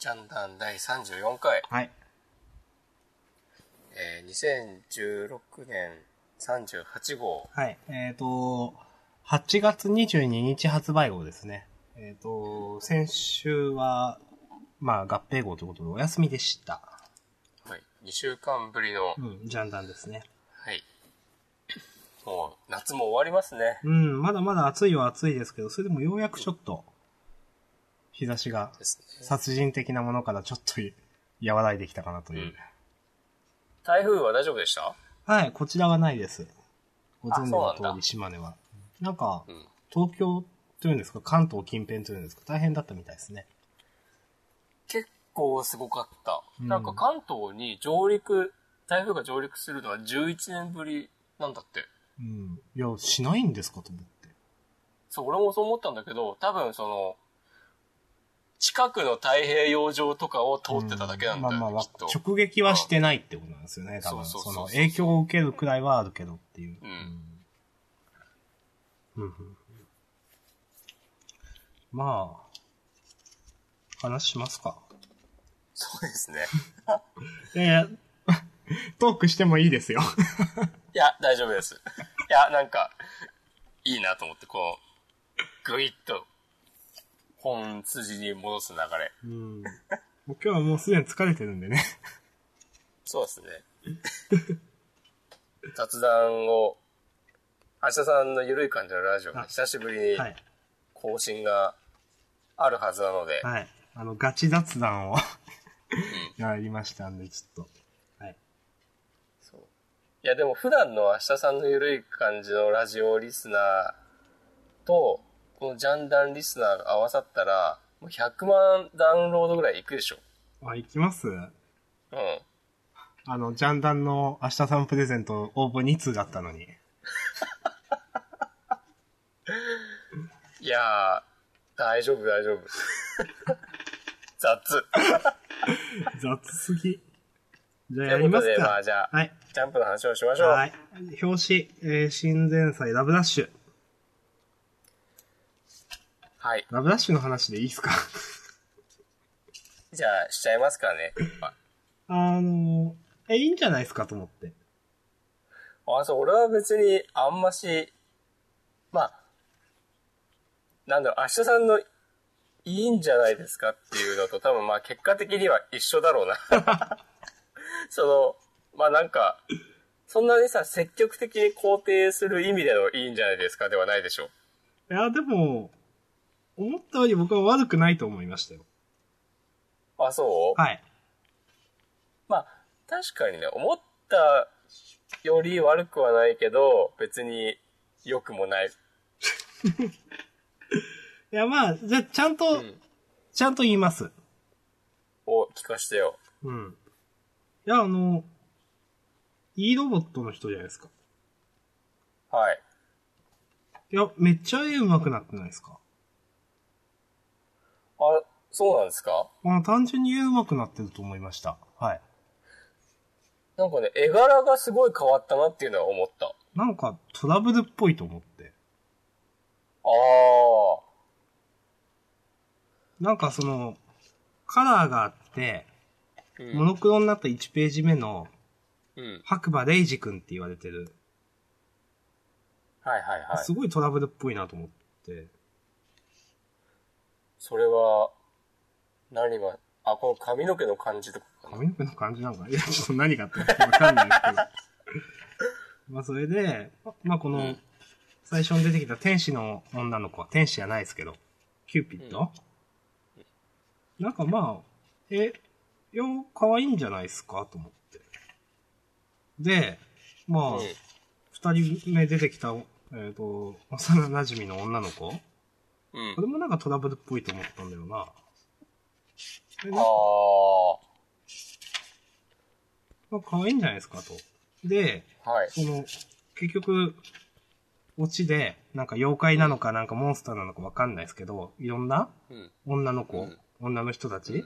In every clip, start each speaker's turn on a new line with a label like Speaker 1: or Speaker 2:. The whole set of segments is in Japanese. Speaker 1: ジャンダン第34回、
Speaker 2: はい。
Speaker 1: えー、2016年38号。
Speaker 2: はい。えっ、と、8月22日発売号ですね。えっ、と、先週は、まあ、合併号ということでお休みでした。
Speaker 1: はい。2週間ぶりの、
Speaker 2: うん、ジャンダンですね。
Speaker 1: はい。もう、夏も終わりますね。
Speaker 2: うん、まだまだ暑いは暑いですけど、それでもようやくちょっと、日差しが、
Speaker 1: ですね。
Speaker 2: 殺人的なものからちょっとい和らいできたかなという。
Speaker 1: うん台風は大丈夫でした
Speaker 2: はい、こちらはないです。ご存
Speaker 1: あそ
Speaker 2: 知
Speaker 1: うな
Speaker 2: の
Speaker 1: ん
Speaker 2: 通
Speaker 1: だ
Speaker 2: り、島根は。なんか、
Speaker 1: ん
Speaker 2: 東京というんですか、関東近辺というんですか、大変だったみたいですね。
Speaker 1: 結構すごかった。
Speaker 2: うん
Speaker 1: なんか関東に上陸、台風が上陸するのは11年ぶりなんだって。
Speaker 2: うん。いや、しないんですかと思って。
Speaker 1: そう、俺もそう思ったんだけど、多分その、近くの太平洋上とかを通ってただけなんだよね、
Speaker 2: まあまあ
Speaker 1: きっと。、
Speaker 2: 直撃はしてないってことなんですよね、多分。
Speaker 1: そうそ
Speaker 2: そう
Speaker 1: そうそう
Speaker 2: の影響を受けるくらいはあるけどっていう。
Speaker 1: うん。
Speaker 2: うんうんまあ、話しますか。
Speaker 1: そうですね。
Speaker 2: いやいや、 トークしてもいいですよ。
Speaker 1: いや、大丈夫です。 いや、なんか、いいなと思って、こう、ぐいっと、本筋に戻す流れ。
Speaker 2: うん。もう今日はもうすでに疲れてるんでね。
Speaker 1: そうですね。 雑談を、明日さんの緩い感じのラジオね、
Speaker 2: あ
Speaker 1: 久しぶりに
Speaker 2: はい。
Speaker 1: 更新があるはずなので、
Speaker 2: はい。あの、ガチ雑談を やりましたんで、ちょっと。はい。
Speaker 1: そういや、でも普段の明日さんの緩い感じのラジオリスナーと、このジャンダンリスナーが合わさったら、もう100万ダウンロードぐらいいくでしょ。
Speaker 2: あ、いきます
Speaker 1: うん。
Speaker 2: あの、ジャンダンの明日さんプレゼント応募2通だったのに。
Speaker 1: いやー、大丈夫、大 丈夫。雑。
Speaker 2: 雑すぎ。じ
Speaker 1: と
Speaker 2: ゃあや
Speaker 1: い
Speaker 2: り
Speaker 1: うこ
Speaker 2: ま
Speaker 1: と
Speaker 2: す
Speaker 1: で、
Speaker 2: か。
Speaker 1: まあじゃあ、
Speaker 2: はい。
Speaker 1: ジャンプの話をしましょう。
Speaker 2: はい。表紙、えー、新前祭ラブダッシュ。
Speaker 1: はい。
Speaker 2: ラブダッシュの話でいいですか
Speaker 1: じゃあ、しちゃいますかね。あ
Speaker 2: あのー、え、いいんじゃないですかと思って。
Speaker 1: あ、そう、俺は別にあんまし、まあ、なんだろう、明日さんのいいんじゃないですかっていうのと多分まあ結果的には一緒だろうな。 その、まあなんか、そんなにさ、積極的に肯定する意味でのいいんじゃないですかではないでしょう。
Speaker 2: いや、でも、思ったより僕は悪くないと思いましたよ。
Speaker 1: あ、そう、
Speaker 2: はい。
Speaker 1: まあ、確かにね、思ったより悪くはないけど、別に良くもない。
Speaker 2: いや、まあ、じゃあ、ちゃんと、
Speaker 1: ん
Speaker 2: ちゃんと言います。
Speaker 1: を聞かしてよ。
Speaker 2: うん。いや、あの、いいロボットの人じゃないですか。
Speaker 1: はい。
Speaker 2: いや、めっちゃ絵上手くなってないですか
Speaker 1: あ、そうなんですか
Speaker 2: あ単純に絵上手くなってると思いました。はい。
Speaker 1: なんかね、絵柄がすごい変わったなっていうのは思った。あ
Speaker 2: なんか、トラブルっぽいと思って。
Speaker 1: あ。
Speaker 2: なんかその、カラーがあって、
Speaker 1: うん
Speaker 2: モノクロになった1ページ目の
Speaker 1: うん。
Speaker 2: 白馬レイジ君って言われてる。
Speaker 1: はいはいはい
Speaker 2: す。ごいトラブルっぽいなと思って。
Speaker 1: それは、何が、あ、この髪の毛の感じとかかな。
Speaker 2: 髪の毛の感じなのかない や、ちょっと何があったのかわかんないですけど。まあそれで、まあこ
Speaker 1: う
Speaker 2: の
Speaker 1: ん、
Speaker 2: 最初に出てきた天使の女の子は天使じゃないですけど、キューピッド、なんかまあ、え、よ、可愛いんじゃないですかと思って。で、まあ、
Speaker 1: うん
Speaker 2: 二人目出てきた、えっ、と、幼馴染の女の子こ
Speaker 1: うん。
Speaker 2: れもなんかトラブルっぽいと思ったんだよな。で
Speaker 1: ああ。
Speaker 2: まあ、可愛いんじゃないですかと。で、
Speaker 1: はい。
Speaker 2: その、結局、オチで、なんか妖怪なのかなんかモンスターなのかわかんないですけど、いろんな
Speaker 1: うん。
Speaker 2: 女の子、
Speaker 1: うん
Speaker 2: 女の人たち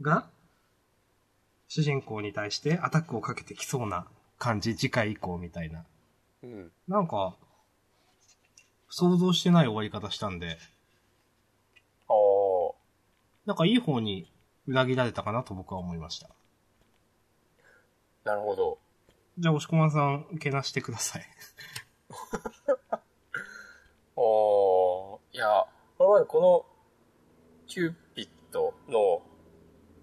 Speaker 2: が、主人公に対してアタックをかけてきそうな感じ、次回以降みたいな。
Speaker 1: うん。
Speaker 2: なんか、想像してない終わり方したんで、
Speaker 1: ああ。
Speaker 2: なんかいい方に裏切られたかなと僕は思いました。
Speaker 1: なるほど。
Speaker 2: じゃあ、押し込まんさん、けなしてください。
Speaker 1: おーいや、これまでこの、キューピッドの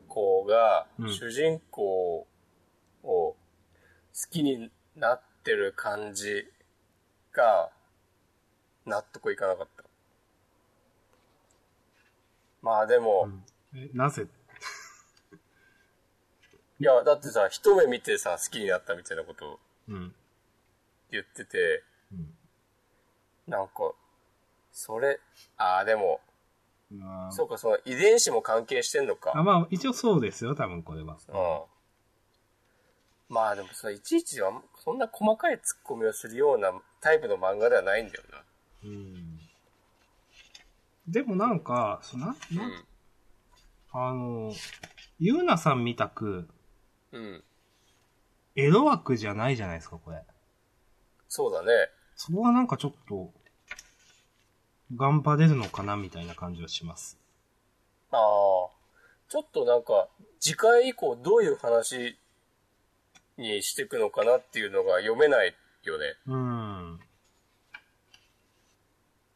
Speaker 1: 子が
Speaker 2: う、ん
Speaker 1: 主人公を好きになってる感じが、納得いかなかった。まあでも、
Speaker 2: えなぜ
Speaker 1: いや、だってさ、一目見てさ、好きになったみたいなこと
Speaker 2: うん。
Speaker 1: 言ってて、
Speaker 2: うん
Speaker 1: なんか、それ、ああ、でも、
Speaker 2: うわー
Speaker 1: そうか、その遺伝子も関係してんのか。
Speaker 2: あまあ、一応そうですよ、多分これは。
Speaker 1: うん。まあでもさ、いちいちはそんな細かいツッコミをするようなタイプの漫画ではないんだよな。
Speaker 2: うん。でもなんか、そな、な、あの、ゆうなさんみたく、
Speaker 1: うん。うん。
Speaker 2: エロ枠じゃないじゃないですか、これ。
Speaker 1: そうだね。
Speaker 2: そこはなんかちょっと、頑張れるのかな、みたいな感じはします。
Speaker 1: ああ。ちょっとなんか、次回以降どういう話にしていくのかなっていうのが読めないよね。
Speaker 2: うん。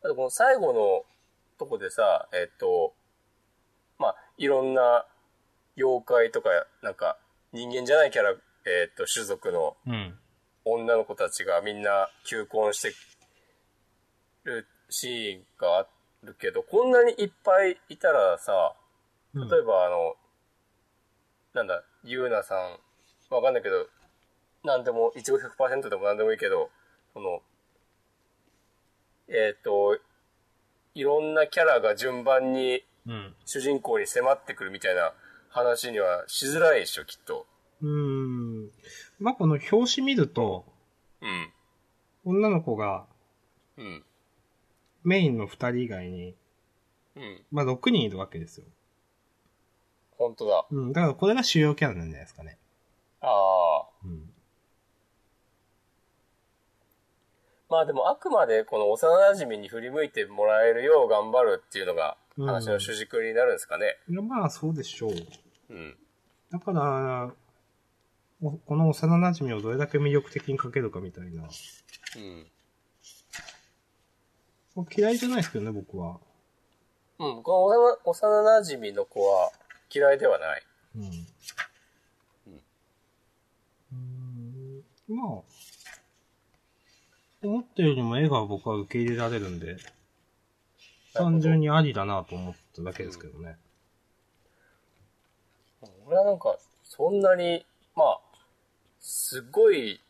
Speaker 1: あとこの最後のとこでさ、えっと、まあ、いろんな妖怪とか、なんか、人間じゃないキャラ、えっと、種族の
Speaker 2: うん。
Speaker 1: 女の子たちがみんな求婚してるシーンがあるけど、こんなにいっぱいいたらさ、
Speaker 2: うん
Speaker 1: 例えばあの、なんだ、ゆうなさん、わかんないけど、なんでも、いちご100%でもなんでもいいけど、その、えっ、と、いろんなキャラが順番に
Speaker 2: うん。
Speaker 1: 主人公に迫ってくるみたいな話にはしづらいでしょ、きっと。
Speaker 2: うん。まあ、この表紙見ると、
Speaker 1: うん。
Speaker 2: 女の子が
Speaker 1: うん。
Speaker 2: メインの二人以外に、
Speaker 1: うん。
Speaker 2: まあ、6人いるわけですよ。
Speaker 1: 本当だ。
Speaker 2: うん。だからこれが主要キャラなんじゃないですかね。
Speaker 1: ああ。
Speaker 2: うん。
Speaker 1: まあでもあくまでこの幼馴染に振り向いてもらえるよう頑張るっていうのが
Speaker 2: うん
Speaker 1: 話の主軸になるんですかね。
Speaker 2: いや、まあ、そうでしょう。
Speaker 1: うん。
Speaker 2: だから、おこの幼馴染をどれだけ魅力的に描けるかみたいな。
Speaker 1: うん。
Speaker 2: 嫌いじゃないですけどね、僕は。
Speaker 1: うん、この幼幼馴染の子は嫌いではない。
Speaker 2: うん。うん。まあ、思ったよりも絵が僕は受け入れられるんで、単純にありだなと思っただけですけどね。
Speaker 1: 俺はなんか、そんなに、まあ、すごい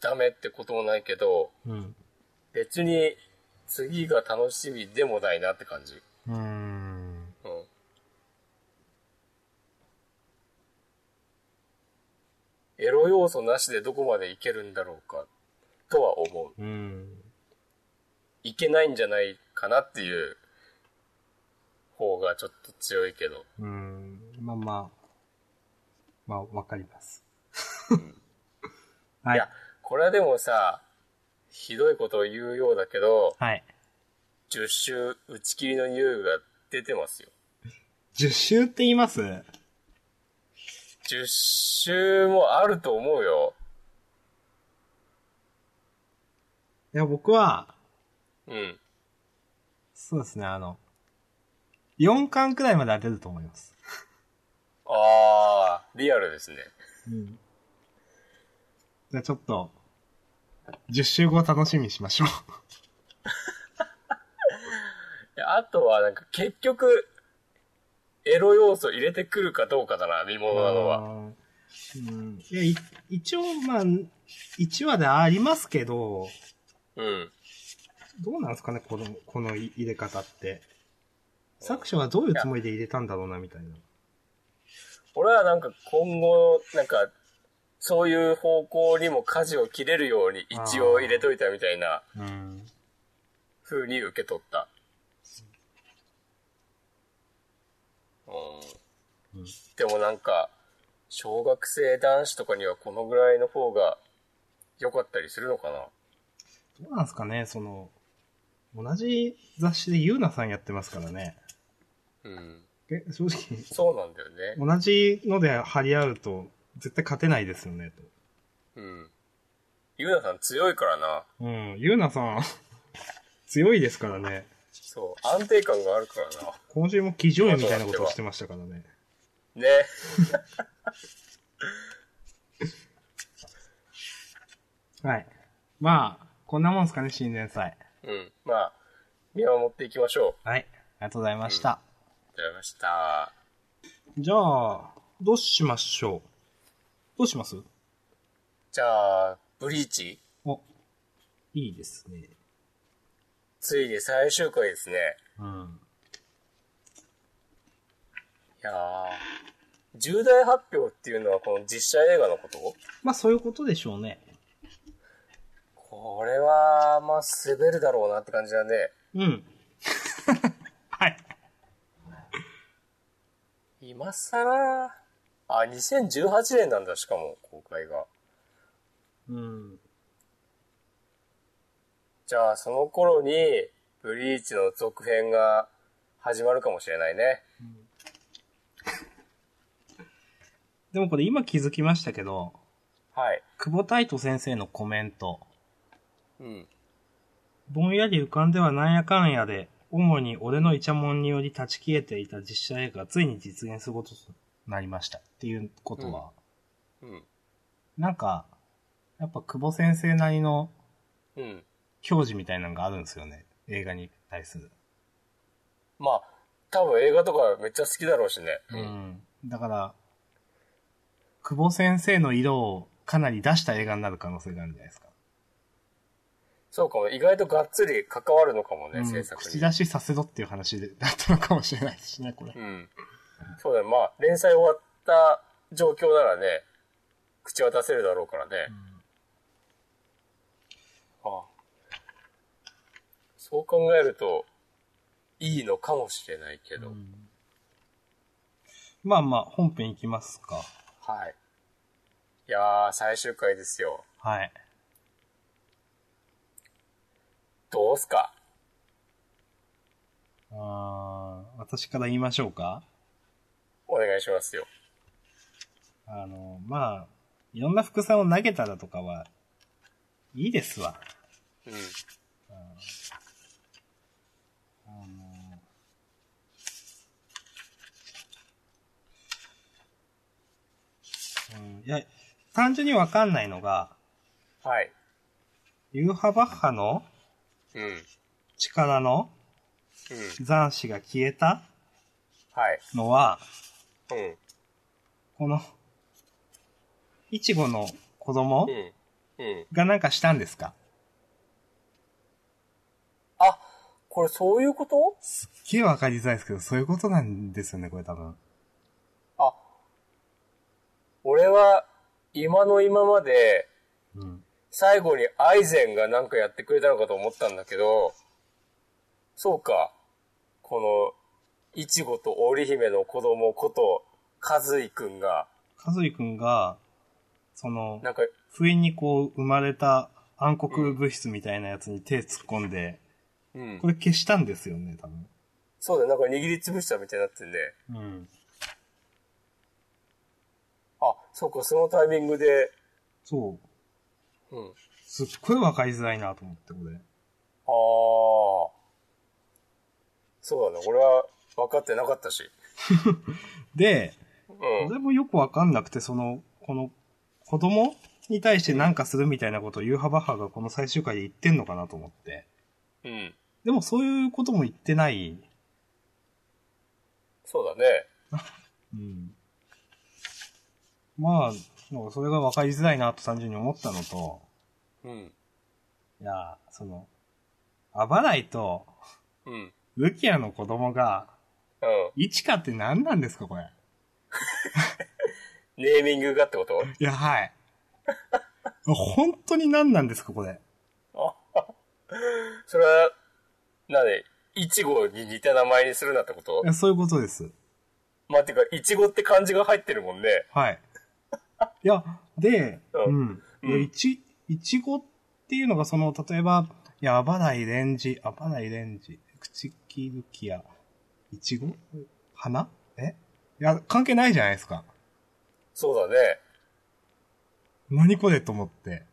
Speaker 1: ダメってこともないけど、
Speaker 2: うん。
Speaker 1: 別に次が楽しみでもないなって感じ。
Speaker 2: うん。
Speaker 1: うん。エロ要素なしでどこまでいけるんだろうか、とは思う。
Speaker 2: うん。
Speaker 1: いけないんじゃないかなっていう方がちょっと強いけど。
Speaker 2: うん。まあまあ、まあ、わかります。はいい
Speaker 1: や。これはでもさ、ひどいことを言うようだけど、
Speaker 2: はい。
Speaker 1: 10周打ち切りの遊具が出てますよ。
Speaker 2: 10周って言います
Speaker 1: 10周もあると思うよ。
Speaker 2: いや、僕は、
Speaker 1: うん。
Speaker 2: そうですね、あの、4巻くらいまで当てると思います。
Speaker 1: あー、リアルですね。
Speaker 2: うん。じゃあちょっと、10周後楽しみにしま しょう。
Speaker 1: いやあとはなんか結局、エロ要素入れてくるかどうかだな、見物なのは。
Speaker 2: うん。いや、い一応、まあ、1話でありますけど、
Speaker 1: うん。
Speaker 2: どうなんですかね、この、このい入れ方って。作者はどういうつもりで入れたんだろうな、みたいな。
Speaker 1: 俺はなんか今後、なんか、そういう方向にも舵を切れるように一応入れといたみたいな
Speaker 2: うん。
Speaker 1: 風に受け取った。う
Speaker 2: うんん。
Speaker 1: でもなんか、小学生男子とかにはこのぐらいの方が良かったりするのかな
Speaker 2: どうなんですかね、その、同じ雑誌でゆうなさんやってますからね。
Speaker 1: うん。
Speaker 2: え、正直、
Speaker 1: そうなんだよね。
Speaker 2: 同じので張り合うと、絶対勝てないですよね、と。
Speaker 1: うん。ゆうなさん強いからな。
Speaker 2: うん、ゆうなさん、 強いですからね。
Speaker 1: そう。安定感があるからな。
Speaker 2: 今週も騎乗位みたいなことをしてましたからね。
Speaker 1: ね。
Speaker 2: はい。まあ、こんなもんすかね、新年祭。
Speaker 1: うん。まあ、見守っていきましょ
Speaker 2: はい。ありがとうございました。
Speaker 1: う。わかりました。
Speaker 2: じゃあ、どうしましょうどうします
Speaker 1: じゃあ、ブリーチ
Speaker 2: お、いいですね。
Speaker 1: ついに最終回ですね。
Speaker 2: うん。
Speaker 1: いやー。重大発表っていうのはこの実写映画のこと
Speaker 2: まあ、そういうことでしょうね。
Speaker 1: これは、まあ、滑るだろうなって感じだね。
Speaker 2: うん。はい。
Speaker 1: 今更、あ、2018年なんだ、しかも、公開が。
Speaker 2: うん。
Speaker 1: じゃあ、その頃に、ブリーチの続編が始まるかもしれないね。
Speaker 2: でもこれ今気づきましたけど、
Speaker 1: はい。
Speaker 2: 久保太斗先生のコメント。
Speaker 1: うん。
Speaker 2: ぼんやり浮かんではなんやかんやで、主に俺のイチャモンにより断ち切れていた実写映画がついに実現することとなりました。っていうことは、
Speaker 1: うん。
Speaker 2: なんか、やっぱ久保先生なりの
Speaker 1: うん。
Speaker 2: 教示みたいなのがあるんですよね。映画に対する。
Speaker 1: まあ、多分映画とかめっちゃ好きだろうしね。
Speaker 2: う。ん。だから、久保先生の色をかなり出した映画になる可能性があるんじゃないですか。
Speaker 1: そうかも。意外とがっつり関わるのかもね、
Speaker 2: うん
Speaker 1: 制作
Speaker 2: 口
Speaker 1: に。
Speaker 2: 出しさせろっていう話だったのかもしれないですね、これ
Speaker 1: う。ん。そうだよ。まあ、連載終わった状況ならね、口は出せるだろうからね。ああそう考えると、いいのかもしれないけど。
Speaker 2: うんまあまあ、本編いきますか。
Speaker 1: はい。いやー、最終回ですよ。
Speaker 2: はい。
Speaker 1: どうすか
Speaker 2: あー私から言いましょうか。
Speaker 1: お願いしますよ。
Speaker 2: あの、まあ、いろんな副産を投げたらとかは、いいですわ。
Speaker 1: うん。
Speaker 2: あのうん、いや、単純にわかんないのが、
Speaker 1: はい。
Speaker 2: ユーハバッハの
Speaker 1: うん。うん。
Speaker 2: 力の残滓が消えた
Speaker 1: はい。
Speaker 2: のは、
Speaker 1: うん。
Speaker 2: この、イチゴの子供
Speaker 1: うん。うん。
Speaker 2: がなんかしたんですか
Speaker 1: あ、これそういうこと
Speaker 2: すっげえわかりづらいですけど、そういうことなんですよね、これ多分。
Speaker 1: あ、俺は、今の今まで、
Speaker 2: うん。
Speaker 1: 最後にアイゼンがなんかやってくれたのかと思ったんだけど、そうか。この、いちごと織姫の子供こと、かずいくんが、
Speaker 2: かずいくんが、その、
Speaker 1: なんか、
Speaker 2: 不意にこう生まれた暗黒物質みたいなやつに手突っ込んで、
Speaker 1: うん
Speaker 2: これ消したんですよね、多分。
Speaker 1: そうだよ、なんか握りつぶしたみたいになってんで。
Speaker 2: うん。
Speaker 1: あ、そうか、そのタイミングで、
Speaker 2: そう。
Speaker 1: うん。
Speaker 2: すっごいわかりづらいなと思って、これ。
Speaker 1: あー。そうだね、俺は分かってなかったし。
Speaker 2: で、
Speaker 1: うん。
Speaker 2: これもよくわかんなくて、その、この、子供に対して何かするみたいなことをユーハバッハがこの最終回で言ってんのかなと思って。
Speaker 1: うん。
Speaker 2: でもそういうことも言ってない。
Speaker 1: そうだね。
Speaker 2: うん。まあ、なんかそれがわかりづらいなと単純に思ったのと、
Speaker 1: うん。
Speaker 2: いや、その、アバライと、
Speaker 1: うん。うん。
Speaker 2: ルキアの子供が、イチカって何なんですか、これ。
Speaker 1: ネーミングがって こと
Speaker 2: いや、はい。本当に何なんですか、これ。
Speaker 1: あ、それは、なに、いちごに似た名前にするなってこと
Speaker 2: いやそういうことです。
Speaker 1: まあ、てか、いちごって漢字が入ってるもんね。
Speaker 2: はい。いや、で、
Speaker 1: う
Speaker 2: うん。
Speaker 1: うん
Speaker 2: でいち、いちごっていうのが、その、例えば、いや、アバライレンジ、アバライレンジ、口木ルキア、いちご花えいや、関係ないじゃないですか。
Speaker 1: そうだね。
Speaker 2: 何これと思って。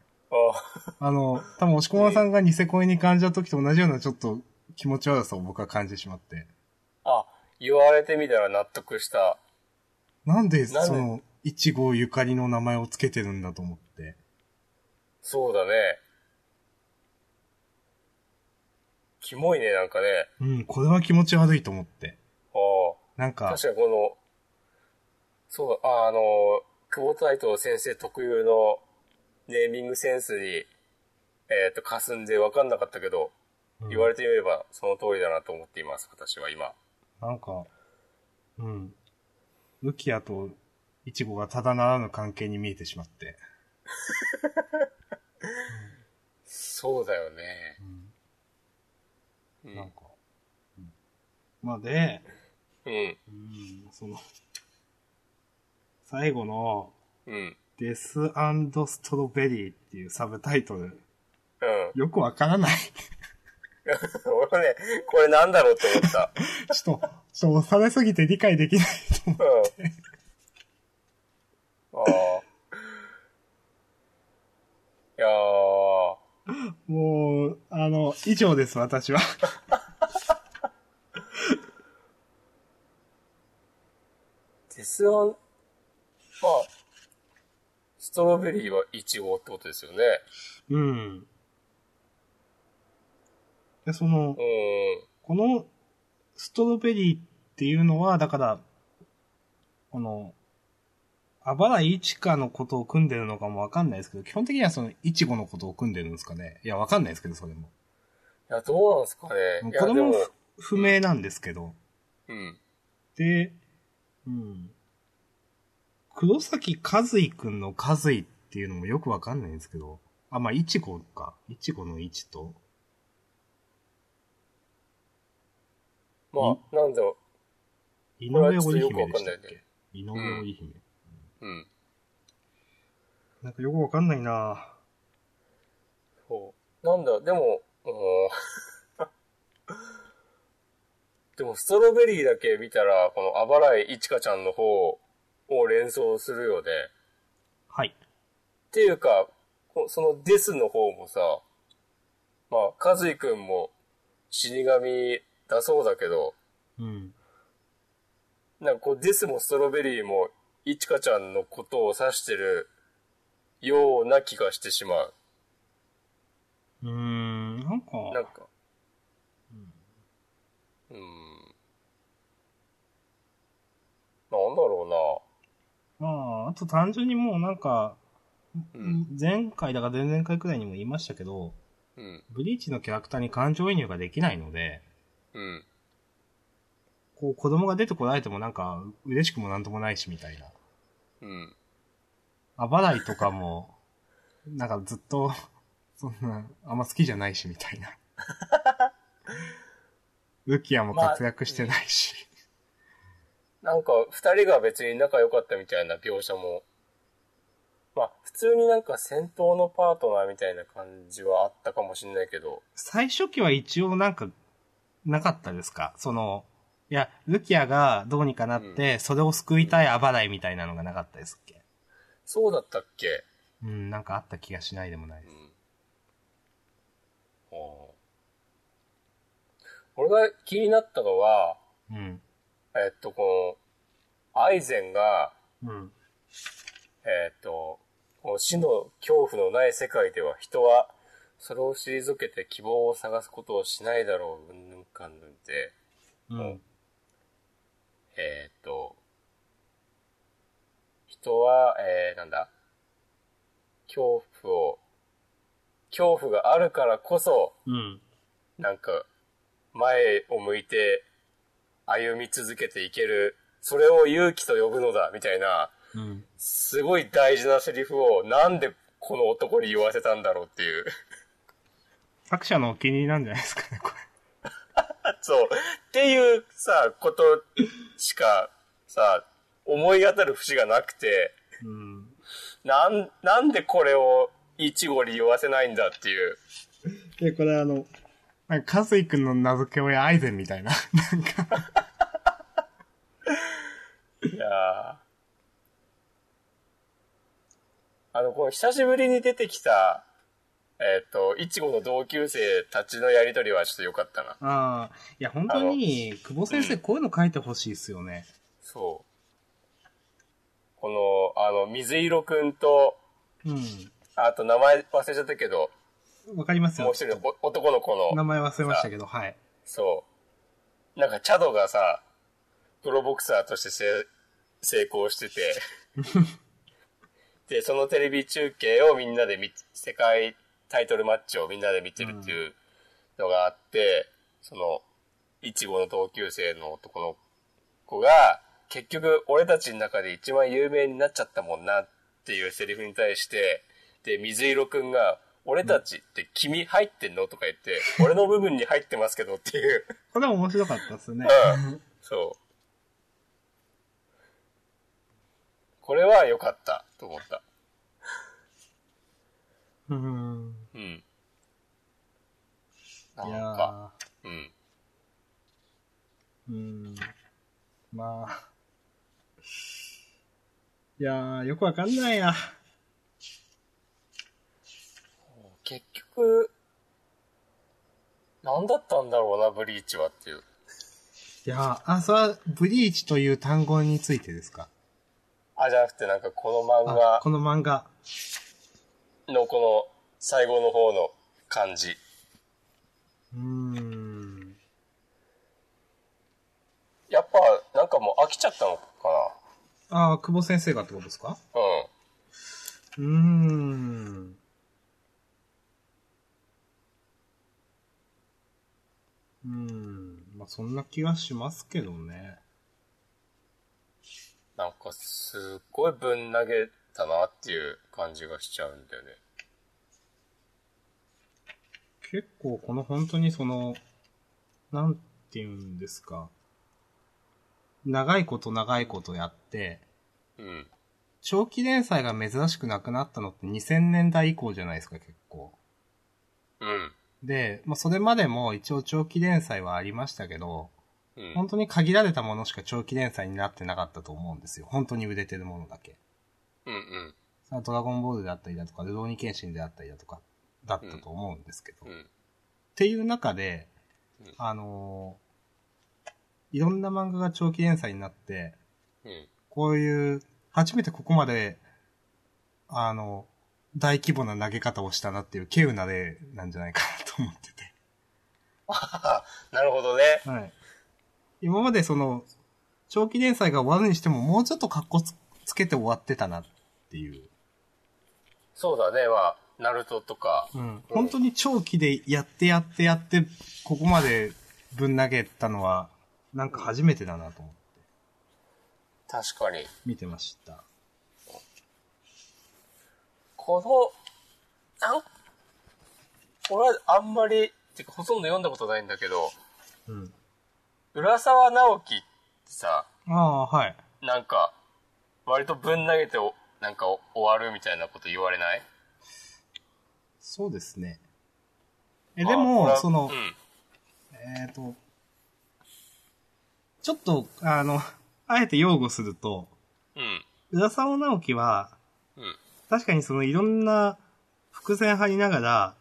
Speaker 1: あ
Speaker 2: あの、多分、押し込まさんがニセ恋に感じた時と同じようなちょっと気持ち悪さを僕は感じてしまって。
Speaker 1: あ、言われてみたら納得した。
Speaker 2: なんで、
Speaker 1: なんで
Speaker 2: その、いちごゆかりの名前をつけてるんだと思って。
Speaker 1: そうだね。キモいね、なんかね。
Speaker 2: うん、これは気持ち悪いと思って。
Speaker 1: あ
Speaker 2: なん
Speaker 1: あ。
Speaker 2: か、
Speaker 1: 確かにこの、そうだ、ああの、久保太斗先生特有のネーミングセンスに、えっ、と、霞んで分かんなかったけど、
Speaker 2: うん
Speaker 1: 言われてみればその通りだなと思っています、私は今。
Speaker 2: なんか、うん。ルキアとイチゴがただならぬ関係に見えてしまって。
Speaker 1: そうだよね。う
Speaker 2: なん
Speaker 1: ん。
Speaker 2: か。まあで、
Speaker 1: うん。
Speaker 2: うん、その、最後の、
Speaker 1: うん。
Speaker 2: デスストロベリーっていうサブタイトル、
Speaker 1: うん。
Speaker 2: よくわからない。
Speaker 1: 俺はね、これなんだろうって思った。
Speaker 2: ちょっと、ちょっと押されすぎて理解できないと 思う。
Speaker 1: うん。ああ。いやー。
Speaker 2: もう、あの、以上です、私は。
Speaker 1: デスアン、まあ、ストロベリーはイチゴってことですよね。
Speaker 2: うん。で、そ
Speaker 1: う、
Speaker 2: の
Speaker 1: ん。
Speaker 2: このストロベリーっていうのは、だから、この、あばらいちかのことを組んでるのかもわかんないですけど、基本的にはその、いちごのことを組んでるんですかね。いや、わかんないですけど、それも。
Speaker 1: いや、どうなんですかね。いや、
Speaker 2: これ
Speaker 1: で
Speaker 2: も
Speaker 1: も、
Speaker 2: 不明なんですけど。
Speaker 1: うん。
Speaker 2: で、うん。黒崎和衣くんの和衣っていうのもよくわかんないんですけど。あ、まあ、いちごか。いちごのいちと。
Speaker 1: まあ、なんだろ
Speaker 2: 井
Speaker 1: これは
Speaker 2: 上
Speaker 1: ちょっと
Speaker 2: 織
Speaker 1: よく
Speaker 2: 姫
Speaker 1: わ
Speaker 2: で
Speaker 1: かん
Speaker 2: し
Speaker 1: な
Speaker 2: たっ
Speaker 1: いね
Speaker 2: け、井上織姫。
Speaker 1: う。うん。
Speaker 2: なんかよくわかんないな
Speaker 1: そう。なんだ、でも、うん。 でも、ストロベリーだけ見たら、この、あばらいいちかちゃんの方を連想するよね。
Speaker 2: はい。
Speaker 1: っていうか、こそのデスの方もさ、まあ、和ズくんも死神だそうだけど、
Speaker 2: うん。
Speaker 1: なんかこうデスもストロベリーもいちかちゃんのことを指してるような気がしてしまう。
Speaker 2: うーん、なんか、
Speaker 1: なんか。うん。なんだろ
Speaker 2: まあ、あと単純にもうなんか、
Speaker 1: うな。うん。
Speaker 2: 前回だか前々回くらいにも言いましたけど、
Speaker 1: うん。
Speaker 2: ブリーチのキャラクターに感情移入ができないので、
Speaker 1: うん。
Speaker 2: こう子供が出てこられてもなんか嬉しくもなんともないしみたいな。
Speaker 1: うん。
Speaker 2: あばらいとかも、なんかずっと、 そんな、あんま好きじゃないしみた いな。ルキアも活躍してないし。
Speaker 1: なんか、二人が別に仲良かったみたいな描写も、まあ、普通になんか戦闘のパートナーみたいな感じはあったかもしんないけど、
Speaker 2: 最初期は一応なんか、なかったですかその、いや、ルキアがどうにかなって、それを救いたいあばらいみたいなのがなかったですっけ
Speaker 1: そうだったっけ
Speaker 2: うん、なんかあった気がしないでもないで
Speaker 1: う
Speaker 2: す。
Speaker 1: ん。お俺が気になったのは、
Speaker 2: うん。
Speaker 1: えっと、この、アイゼンが、
Speaker 2: うん。
Speaker 1: えっと、この死の恐怖のない世界では人は、それを退けて希望を探すことをしないだろう、うんぬんかんぬんって、
Speaker 2: うん。
Speaker 1: えーっと、人は、えー、なんだ、恐怖を、恐怖があるからこそ、
Speaker 2: うん。
Speaker 1: なんか、前を向いて歩み続けていける、それを勇気と呼ぶのだ、みたいな、
Speaker 2: うん。
Speaker 1: すごい大事なセリフを、なんでこの男に言わせたんだろうっていう。
Speaker 2: 作者のお気に入りなんじゃないですかね、こ
Speaker 1: そう。っていうさ、ことしか、さ、思い当たる節がなくて、
Speaker 2: れ。うん。
Speaker 1: なん、なんでこれをイチゴに言わせないんだっていう。
Speaker 2: で、これあの、なんか、かすいくんの名付け親アイゼンみたいな。なんか、
Speaker 1: いやーあの、この久しぶりに出てきた、えっ、と、いちごの同級生たちのやりとりはちょっと良かったな。
Speaker 2: ああ、いや、本当に、久保先生、こういうの書いてほしいですよね。
Speaker 1: そう。この、あの、水色くんと、
Speaker 2: うん。
Speaker 1: あと名前忘れちゃったけど、
Speaker 2: わかりますよ。
Speaker 1: もう一人のお男の子
Speaker 2: 名
Speaker 1: の、
Speaker 2: 前忘れましたけど、はい。
Speaker 1: そう。なんか、チャドがさ、プロボクサーとしてせ成功してて、で、そのテレビ中継をみんなで見、世界タイトルマッチをみんなで見てるっていうのがあって、その、いちごの同級生の男の子が、結局俺たちの中で一番有名になっちゃったもんなっていうセリフに対して、で、水色くんが、俺たちって君入ってんのとか言って、俺の部分に入ってますけどっていう。
Speaker 2: これは面白かったですね。
Speaker 1: うん。 そう。これは良かったと思った。
Speaker 2: うん。
Speaker 1: うん。
Speaker 2: いや
Speaker 1: なんか、うん。
Speaker 2: ーうん。まあ。いやー、よくわかんないや。
Speaker 1: 結局、何だったんだろうな、ブリーチはっていう。
Speaker 2: いやー、あ、それは、ブリーチという単語についてですか
Speaker 1: あ、じゃなくてなんかこの漫
Speaker 2: あ
Speaker 1: 画、
Speaker 2: この漫画。
Speaker 1: のこの最後の方の感じ。
Speaker 2: うーん。
Speaker 1: やっぱ、なんかもう飽きちゃったのか
Speaker 2: ああ、久保先生がってことですか
Speaker 1: な。うん。
Speaker 2: うーん。うーん。まあ、そんな気がしますけどね。
Speaker 1: なんかすっごいぶん投げたなっていう感じがしちゃうんだよね。
Speaker 2: 結構この本当にその、なんて言うんですか。長いこと長いことやって、
Speaker 1: うん。
Speaker 2: 長期連載が珍しくなくなったのって2000年代以降じゃないですか、結構。
Speaker 1: うん。
Speaker 2: で、まあ、それまでも一応長期連載はありましたけど、
Speaker 1: うん。
Speaker 2: 本当に限られたものしか長期連載になってなかったと思うんですよ。本当に売れてるものだけ。
Speaker 1: うんうん。
Speaker 2: さあドラゴンボールであったりだとか、ルローニケンシンであったりだとか、だったと思うんですけど。
Speaker 1: う
Speaker 2: っ
Speaker 1: ん。
Speaker 2: ていう中で
Speaker 1: うん、
Speaker 2: あのーいろんな漫画が長期連載になって、
Speaker 1: うん。
Speaker 2: こういう、初めてここまで、あの、大規模な投げ方をしたなっていう、稀有な例なんじゃないかなと思ってて。
Speaker 1: なるほどね。
Speaker 2: はい。今までその、長期連載が終わるにしても、もうちょっと格好つつけて終わってたなっていう。
Speaker 1: そうだね。まあ、ナルトとか。
Speaker 2: うん。本当に長期でやってやってやって、ここまでぶん投げたのは、なんか初めてだなと思って
Speaker 1: 確かに。
Speaker 2: 見てました。
Speaker 1: この、なん俺はあんまり、てかほとんど読んだことないんだけど、
Speaker 2: うん。
Speaker 1: 浦沢直樹ってさ、
Speaker 2: ああ、はい。
Speaker 1: なんか、割とぶん投げてお、なんかお終わるみたいなこと言われない
Speaker 2: そうですね。え、
Speaker 1: え
Speaker 2: でも、その
Speaker 1: う、ん。
Speaker 2: えっ、と、ちょっと、あの、あえて擁護すると、
Speaker 1: うん。
Speaker 2: 浦沢直樹は、
Speaker 1: うん。
Speaker 2: 確かにそのいろんな伏線張りなが
Speaker 1: う
Speaker 2: ら、
Speaker 1: ん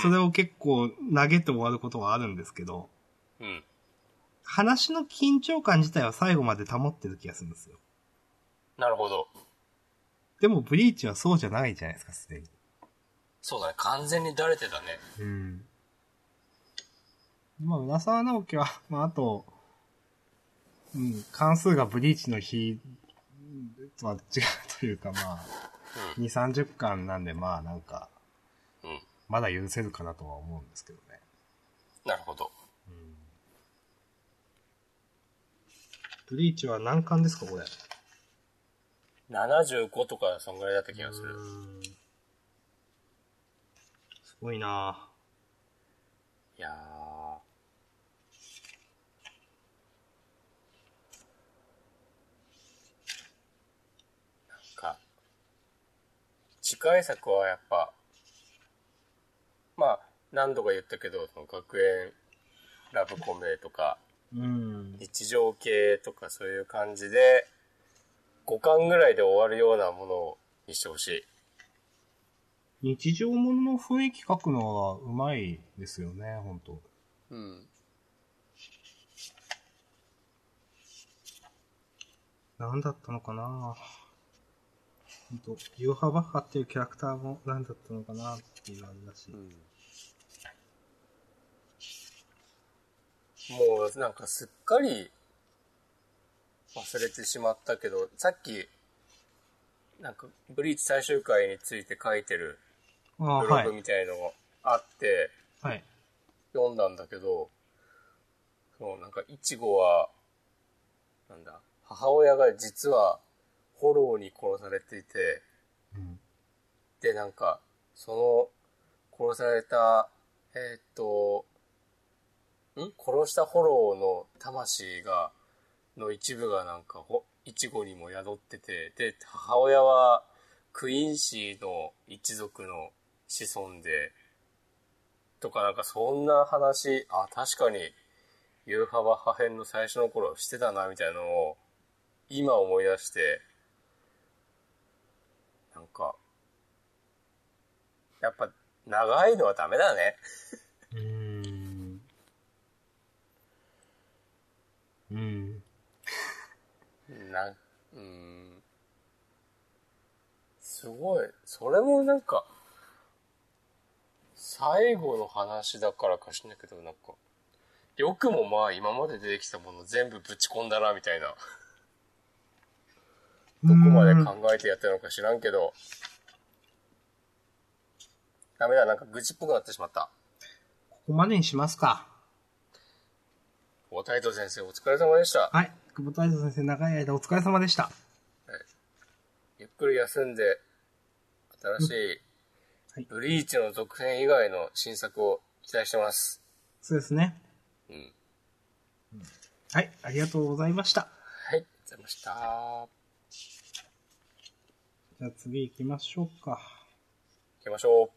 Speaker 2: それを結構投げて終わることはあるんですけど、
Speaker 1: うん。
Speaker 2: 話の緊張感自体は最後まで保ってる気がするんですよ。
Speaker 1: なるほど。
Speaker 2: でもブリーチはそうじゃないじゃないですか、すでに。
Speaker 1: そうだね。完全にだれてたね。
Speaker 2: うん。まあ、浦沢直樹は、まあ、あと、うん、関数がブリーチの日とは違うというか、まあ、2、30巻なんで、まあ、なんか、
Speaker 1: うん。うん。
Speaker 2: まだ許せるかなとは思うんですけどね。
Speaker 1: なるほど。
Speaker 2: ブリーチは何巻ですか、これ。
Speaker 1: 75とか、そんぐらいだった気がする。
Speaker 2: すごいない
Speaker 1: やー。なんか、次回作はやっぱ、まあ、何度か言ったけど、その学園ラブコメとか、
Speaker 2: ぁうん。
Speaker 1: 日常系とかそういう感じで、5巻ぐらいで終わるようなものにしてほしい。
Speaker 2: 日常ものの雰囲気描くのはうまいですよね、本当
Speaker 1: うん。
Speaker 2: なんだったのかな本当ユーハバッハっていうキャラクターもなんだったのかなっていうのあれだし。
Speaker 1: もうなんかすっかり忘れてしまったけど、さっき、なんかブリーチ最終回について書いてる
Speaker 2: あ
Speaker 1: ブ
Speaker 2: あ、は
Speaker 1: ログ。
Speaker 2: い
Speaker 1: みたいのがあって、
Speaker 2: はい。
Speaker 1: 読んだんだけど、そう、なんか、いちごは、なんだ、母親が実は、フォローに殺されていて、
Speaker 2: うん
Speaker 1: で、なんか、その、殺された、えーっと、ん殺したフォローの魂が、の一部がなんか、ほいちごにも宿ってて、で、母親は、クインシーの一族の子孫で、とかなんかそんな話、あ、確かに、ユーハバ破片の最初の頃してたな、みたいなのを、今思い出して、なんか、やっぱ、長いのはダメだね。
Speaker 2: うーん。うん。
Speaker 1: な、うん。すごい。それもなんか、最後の話だからかしんないけど、なんか、よくもまあ今まで出てきたもの全部ぶち込んだな、みたいな。どこまで考えてやってるのか知らんけど。ダメだ、なんか愚痴っぽくなってしまった。
Speaker 2: ここまでにしますか。
Speaker 1: おタイト先生、お疲れ様でした。
Speaker 2: はい。久保太一先生、長い間お疲れ様でした。
Speaker 1: ゆっくり休んで、新し
Speaker 2: はい
Speaker 1: い、ブリーチの続編以外の新作を期待してます。
Speaker 2: そうですね。
Speaker 1: うん。
Speaker 2: はい。ありがとうございました。
Speaker 1: はい、ありがとうございました。
Speaker 2: じゃあ次行きましょうか。
Speaker 1: 行きましょう。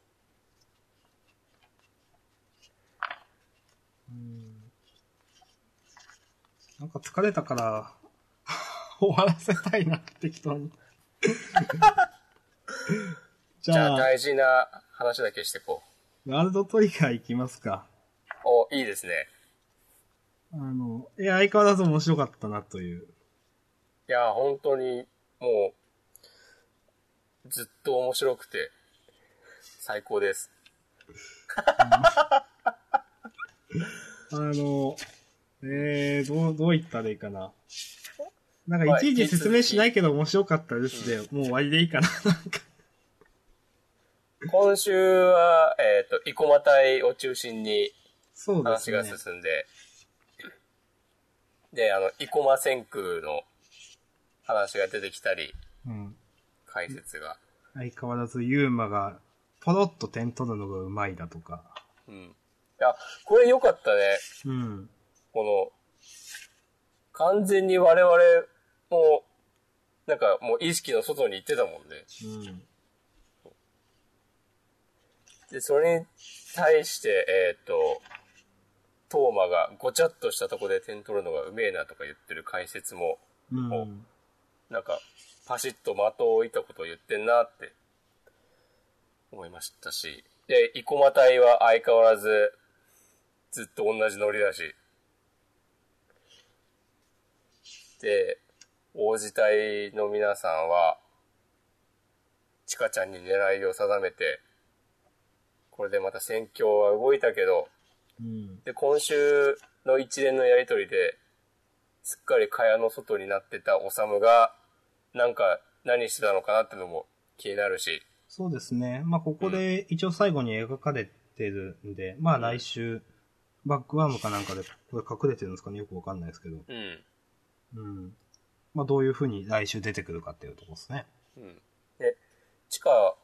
Speaker 2: なんか疲れたから、 終わらせたいな、適当に。 じ
Speaker 1: じゃ
Speaker 2: ゃ
Speaker 1: あ
Speaker 2: あ、
Speaker 1: 大事な話だけしてこ
Speaker 2: ワールドトリガー行きますか。
Speaker 1: う。お、いいですね。
Speaker 2: あの、いや、相変わらず面白かったなという。
Speaker 1: いや、本当に、もう、ずっと面白くて、最高です。
Speaker 2: あの、えー、どう、どう言ったらいいかな。なん
Speaker 1: は
Speaker 2: か、
Speaker 1: い
Speaker 2: いちいち説明しないけど面白かったですで、もう終わりでいいかな。 なんか、
Speaker 1: 今週は、えっ、と、生駒隊を中心に
Speaker 2: そうです
Speaker 1: 話が
Speaker 2: ね。
Speaker 1: 進んで、で、あの、生駒千空の話が出てきたり、
Speaker 2: うん。
Speaker 1: 解説が。
Speaker 2: 相変わらず、ユーマが、ポロッと点取るのがうまいだとか。
Speaker 1: うん。いや、これ良かったね。
Speaker 2: うん。
Speaker 1: この、完全に我々も、なんかもう意識の外に行ってたもんね。
Speaker 2: うん。
Speaker 1: で、それに対して、えっ、と、トーマがごちゃっとしたとこで点取るのがうめえなとか言ってる解説も、
Speaker 2: うん。
Speaker 1: なんか、パシッと的を置いたことを言ってんなって、思いましたし。で、生駒隊は相変わらず、ずっと同じノリだし。で、王子隊の皆さんは、チカちゃんに狙いを定めて、これでまた戦況は動いたけど、
Speaker 2: うん。
Speaker 1: で、今週の一連のやりとりで、すっかり蚊帳の外になってたオサムが、なんか何してたのかなってのも気になるし、
Speaker 2: そうですね。まあ、ここで一応最後に描かれてるんで、まあ、来週、バックワームかなんかで、これ隠れてるんですかねよくわかんないですけど。
Speaker 1: うん。
Speaker 2: うん。まあ、どういう風に来週出てくるかっていうとこですね。
Speaker 1: うん。で、地下、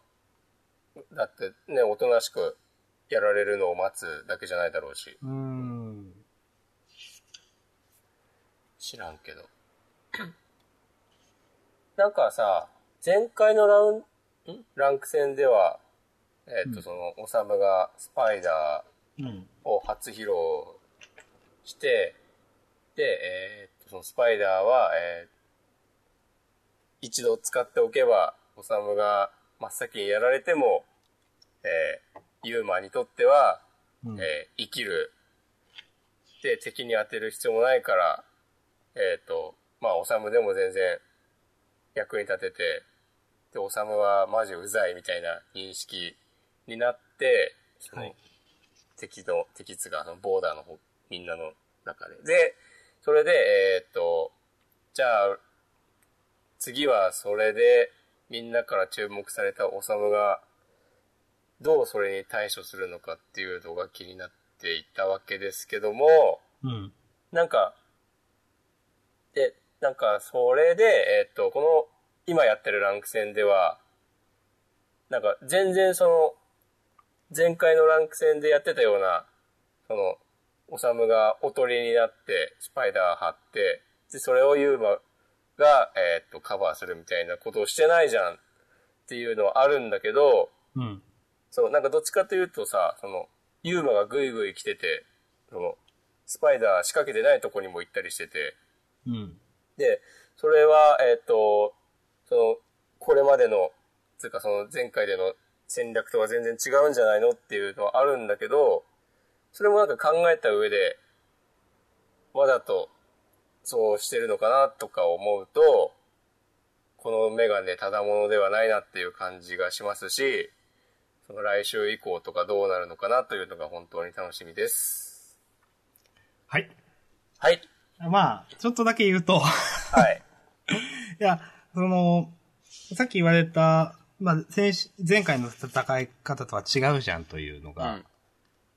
Speaker 1: だってね、おとなしくやられるのを待つだけじゃないだろうし、
Speaker 2: うーん。
Speaker 1: 知らんけ ど。なんかさ、前回のラウン、んランク戦では、えっ、と、その、オサムがスパイダー、
Speaker 2: うん。
Speaker 1: を初披露して、で、えーっと、そのスパイダーは、えー一度使っておけば、オサムが真っ先にやられても、えーユーマにとっては、
Speaker 2: うん。
Speaker 1: えー生きる。で、敵に当てる必要もないから、えっ、と、まあ、オサムでも全然役に立てて、で、オサムはマジうざいみたいな認識になって、その、
Speaker 2: はい
Speaker 1: 敵の、敵っつうか、あの、ボーダーの方、みんなの中で。で、それで、えっ、と、じゃあ、次はそれで、みんなから注目されたオサムが、どうそれに対処するのかっていうのが気になっていたわけですけども、
Speaker 2: うん。
Speaker 1: なんか、で、なんか、それで、えっと、この、今やってるランク戦では、なんか、全然その、前回のランク戦でやってたような、その、オサムがおとりになって、スパイダー張って、で、それをユーマが、えっと、カバーするみたいなことをしてないじゃんっていうのはあるんだけど、
Speaker 2: うん。
Speaker 1: そう、なんかどっちかというとさ、その、ユーマがぐいぐい来てて、その、スパイダー仕掛けてないとこにも行ったりしてて、
Speaker 2: うん。
Speaker 1: で、それは、えっ、と、その、これまでの、つうかその前回での戦略とは全然違うんじゃないのっていうのはあるんだけど、それもなんか考えた上で、わざとそうしてるのかなとか思うと、このメガネただものではないなっていう感じがしますし、その来週以降とかどうなるのかなというのが本当に楽しみです。
Speaker 2: はい。
Speaker 1: はい。
Speaker 2: まあ、ちょっとだけ言うと、
Speaker 1: はい。
Speaker 2: いや、その、さっき言われた、まあ、先し前回の戦い方とは違うじゃんというのが、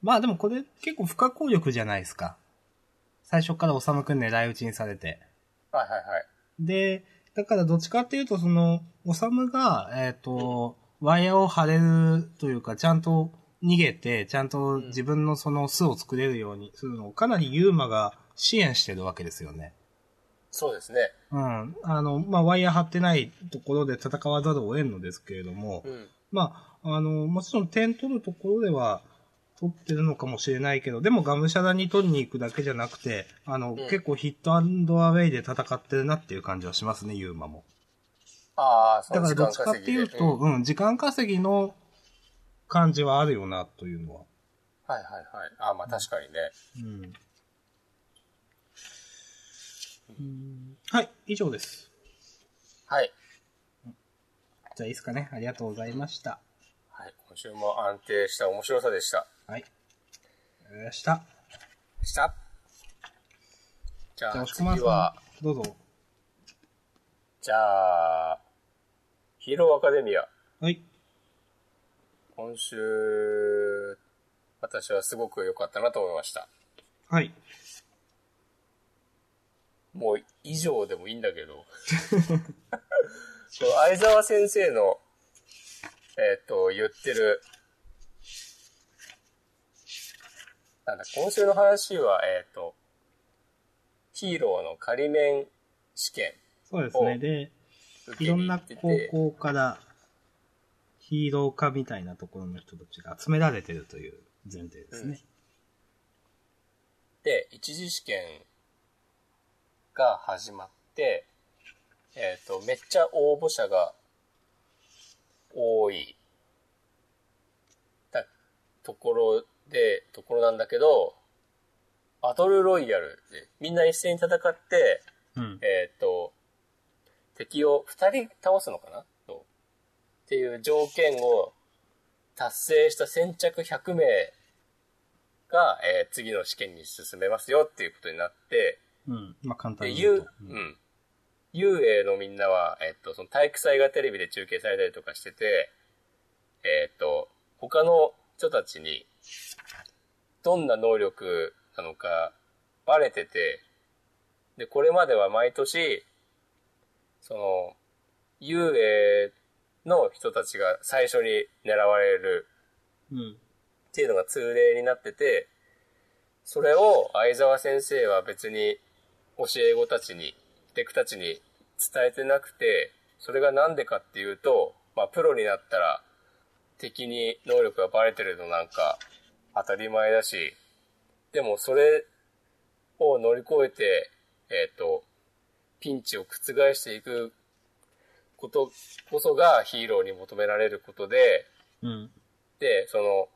Speaker 2: まあでもこれ結構不可抗力じゃないですか。最初から修くん狙い撃ちにされて。
Speaker 1: はいはいはい。
Speaker 2: で、だからどっちかっていうと、その、おさむが、えっ、と、ワイヤーを張れるというか、ちゃんと逃げて、ちゃんと自分のその巣を作れるようにするのを、かなりユーマが支援してるわけですよね。
Speaker 1: そうですね。
Speaker 2: うん。あの、まあ、ワイヤー張ってないところで戦わざるを得んのですけれども、
Speaker 1: うん。
Speaker 2: まあ、あの、もちろん点取るところでは取ってるのかもしれないけど、でもがむしゃらに取りに行くだけじゃなくて、あの、
Speaker 1: ん
Speaker 2: 結構ヒットアンドアウェイで戦ってるなっていう感じはしますね、ユーマも。
Speaker 1: ああ、そ
Speaker 2: だ
Speaker 1: の
Speaker 2: か
Speaker 1: 時
Speaker 2: らど
Speaker 1: 間
Speaker 2: っちかっ
Speaker 1: 稼
Speaker 2: て
Speaker 1: ぎ
Speaker 2: い
Speaker 1: で。
Speaker 2: うと、うん、時間稼ぎの感じはあるよな、というのは。
Speaker 1: はいはいはい。ああ、まあ確かにね。
Speaker 2: うん。うんはい、以上です。
Speaker 1: はい。
Speaker 2: じゃあいいですかね。ありがとうございました。
Speaker 1: はい。今週も安定した面白さでした。
Speaker 2: はい。ありがとうございました。
Speaker 1: した。じ
Speaker 2: じゃ
Speaker 1: ゃ
Speaker 2: あ、
Speaker 1: あ
Speaker 2: 押し込ま
Speaker 1: 次
Speaker 2: ん
Speaker 1: は
Speaker 2: さ、ん、どうぞ。
Speaker 1: じゃあ、ヒーローアカデミア。
Speaker 2: はい。
Speaker 1: 今週、私はすごく良かったなと思いました。
Speaker 2: はい。
Speaker 1: もう以上でもいいんだけど。そう相沢先生の、えっ、と、言ってる、なんだ、今週の話は、えっ、と、ヒーローの仮面試験
Speaker 2: そうですね。で、
Speaker 1: 受
Speaker 2: い
Speaker 1: け
Speaker 2: ろ
Speaker 1: に
Speaker 2: ん
Speaker 1: 行
Speaker 2: な
Speaker 1: って
Speaker 2: 高
Speaker 1: て、
Speaker 2: 校からヒーロー化みたいなところの人たちが集められてるという前提ですね。
Speaker 1: で、一次試験が始まって、えっ、と、めっちゃ応募者が多い、だ、ところで、ところなんだけど、バトルロイヤルで、みんな一斉に戦って、
Speaker 2: うん。
Speaker 1: えっ、と、敵を二人倒すのかなと。っていう条件を達成した先着100名が、えー次の試験に進めますよっていうことになって、
Speaker 2: うん。まあ簡単
Speaker 1: で、
Speaker 2: に言
Speaker 1: ゆ
Speaker 2: う
Speaker 1: う
Speaker 2: と。、
Speaker 1: うん。遊泳のみんなは、えっと、その体育祭がテレビで中継されたりとかしてて、えっと、他の人たちに、どんな能力なのか、バレてて、で、これまでは毎年、その、遊泳の人たちが最初に狙われる
Speaker 2: うん。
Speaker 1: っていうのが通例になってて、それを相沢先生は別に教え子たちに、デクたちに伝えてなくて、それがなんでかっていうと、まあプロになったら敵に能力がバレてるのなんか当たり前だし、でもそれを乗り越えて、えっ、と、ピンチを覆していくことこそがヒーローに求められることで、
Speaker 2: うん。
Speaker 1: で、その、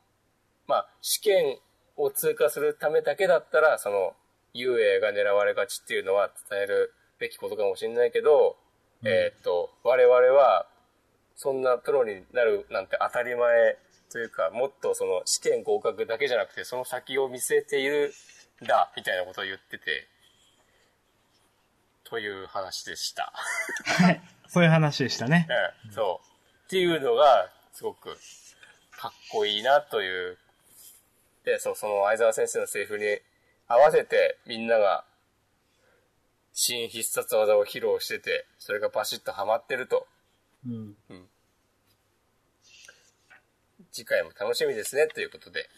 Speaker 1: まあ、試験を通過するためだけだったら、その、遊泳が狙われがちっていうのは伝えるべきことかもしれないけど、
Speaker 2: うん
Speaker 1: えーっと、我々は、そんなプロになるなんて当たり前というか、もっとその試験合格だけじゃなくて、その先を見据えているんだ、みたいなことを言ってて、という話でした。
Speaker 2: はい。そういう話でしたね。
Speaker 1: うん、そう。っていうのが、すごく、かっこいいなという。で、そう、その、相沢先生のセリフに合わせて、みんなが、新必殺技を披露してて、それがバシッとハマってると、
Speaker 2: うん。
Speaker 1: 次回も楽しみですね、ということで。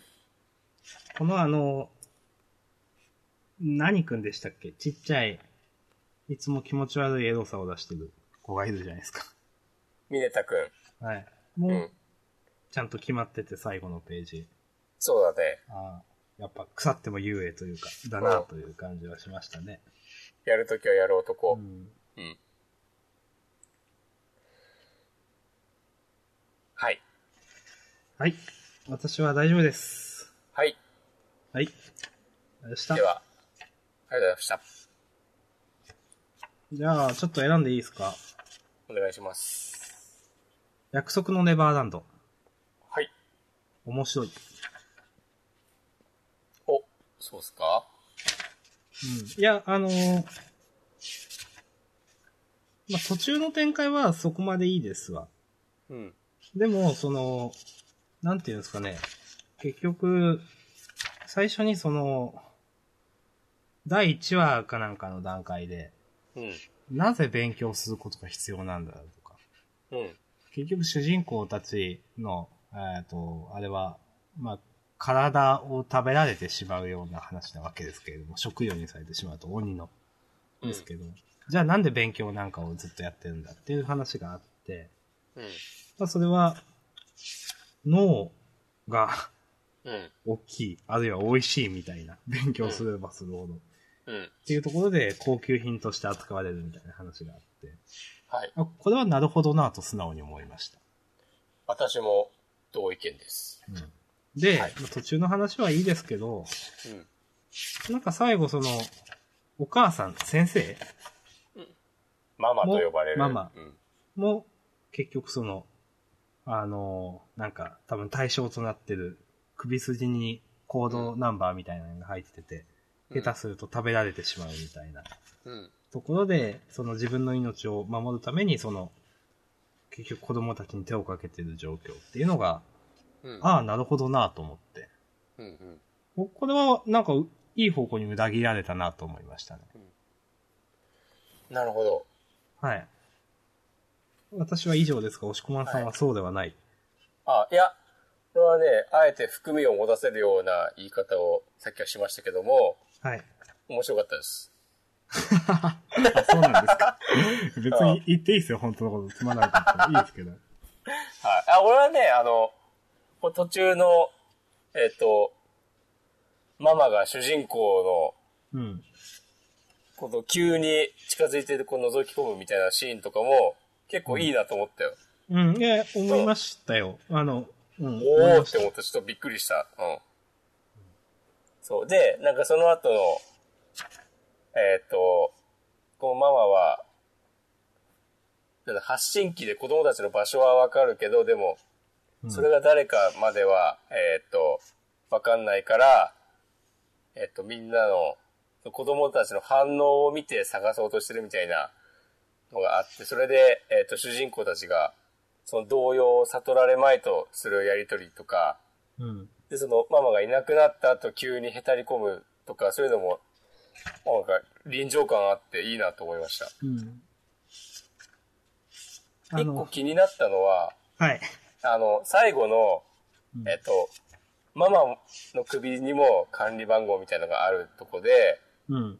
Speaker 2: このあの、何くんでしたっけちっちゃい、いつも気持ち悪いエロさを出してる子がいるじゃないですか。
Speaker 1: 峰田くん。
Speaker 2: はい。もう、
Speaker 1: うん。
Speaker 2: ちゃんと決まってて、最後のページ。
Speaker 1: そうだね。
Speaker 2: ああ、やっぱ腐っても遊泳というか、だなという感じはしましたね。
Speaker 1: やるときはやる
Speaker 2: う
Speaker 1: 男。
Speaker 2: ん。
Speaker 1: うん。はい。
Speaker 2: はい。私は大丈夫です。
Speaker 1: はい。
Speaker 2: はい。でした
Speaker 1: で。は、ありがとうございました。
Speaker 2: じゃあ、ちょっと選んでいいですか
Speaker 1: お願いします。
Speaker 2: 約束のネバーランド。
Speaker 1: はい。
Speaker 2: 面白い。
Speaker 1: お、そうっすか
Speaker 2: うんいや、あのーまあ、途中の展開はそこまでいいですわ。
Speaker 1: うん。
Speaker 2: でも、その、なんていうんですかね。結局、最初にその、第1話かなんかの段階で、
Speaker 1: うん。
Speaker 2: なぜ勉強することが必要なんだろうとか。
Speaker 1: うん。
Speaker 2: 結局主人公たちの、えっ、と、あれは、まあ、体を食べられてしまうような話なわけですけれども、食料にされてしまうと鬼のですけど、じゃあなんで勉強なんかをずっとやってるんだっていう話があって、
Speaker 1: うん。
Speaker 2: まあ、それは、脳が
Speaker 1: うん。
Speaker 2: 大きい、あるいは美味しいみたいな、勉強すればするほど、っ
Speaker 1: うん。
Speaker 2: ていうところで高級品として扱われるみたいな話があって、
Speaker 1: はい。
Speaker 2: あこれはなるほどなと素直に思いました。
Speaker 1: 私も同意見です。
Speaker 2: うん、で、
Speaker 1: はい
Speaker 2: まあ途中の話はいいですけど、
Speaker 1: うん。
Speaker 2: なんか最後その、お母さん、先生
Speaker 1: ママと呼ばれる。
Speaker 2: ママ
Speaker 1: うん。
Speaker 2: も、結局その、あのーなんか、多分対象となってる、首筋にコードナンバーみたいなのが入ってて、下手すると食べられてしまうみたいな
Speaker 1: うん。
Speaker 2: ところで、その自分の命を守るために、その、結局子供たちに手をかけてる状況っていうのが、
Speaker 1: うん。
Speaker 2: ああ、なるほどなと思って。
Speaker 1: うん。うん。
Speaker 2: ここれは、なんか、いい方向に裏切られたなと思いましたね。
Speaker 1: なるほど。
Speaker 2: はい。私は以上ですが、押し込まんさんはそうではない。
Speaker 1: あ、いや、これはね、あえて含みを持たせるような言い方をさっきはしましたけども、
Speaker 2: はい。
Speaker 1: 面白かったです。
Speaker 2: あ、そうなんです か。別に言っていいですよ、本当のこと。つまらなかったらいいですけど。
Speaker 1: はい。あ、俺はね、あの、これ途中の、えっ、と、ママが主人公の
Speaker 2: うん。
Speaker 1: この急に近づいてるこう覗き込むみたいなシーンとかも結構いいなと思ったよ。
Speaker 2: うん、いや、思いましたよ。あの、うん。
Speaker 1: お
Speaker 2: 思い
Speaker 1: お
Speaker 2: ま
Speaker 1: っ
Speaker 2: してた
Speaker 1: 思ってちょっとびっくりした。うん。そう。で、なんかその後の、えーっ、と、このママは、なんだ発信機で子供たちの場所はわかるけど、でも、
Speaker 2: うん
Speaker 1: それが誰かまでは、えーっ、と、わかんないから、えーっ、と、みんなの、子供たちの反応を見て探そうとしてるみたいなのがあって、それで、えーっ、と、主人公たちが、その動揺を悟られまいとするやりとりとか、
Speaker 2: うん。
Speaker 1: で、そのママがいなくなった後急にへたり込むとか、そういうのも、なんか臨場感あっていいなと思いました。
Speaker 2: うん。あ
Speaker 1: 一個
Speaker 2: の、
Speaker 1: 気になったのは、
Speaker 2: はい。
Speaker 1: あの、最後の
Speaker 2: うん、
Speaker 1: えっと、ママの首にも管理番号みたいなのがあるとこで、
Speaker 2: うん。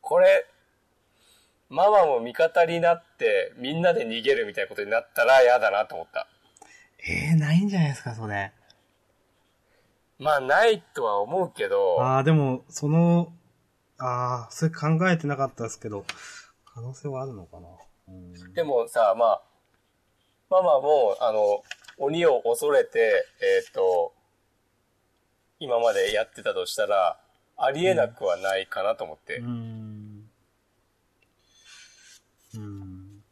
Speaker 1: これ、ママも味方になって、みんなで逃げるみたいなことになったら嫌だなと思った。
Speaker 2: えー、ないんじゃないですか、それ。
Speaker 1: まあ、ないとは思うけど、
Speaker 2: ああ、でも、その、ああ、それ考えてなかったですけど、可能性はあるのかな。うん、
Speaker 1: でもさ、まあ、まあまあもう、あの、鬼を恐れて、えっ、と、今までやってたとしたら、ありえなくはないかなと思って。
Speaker 2: うん。うん。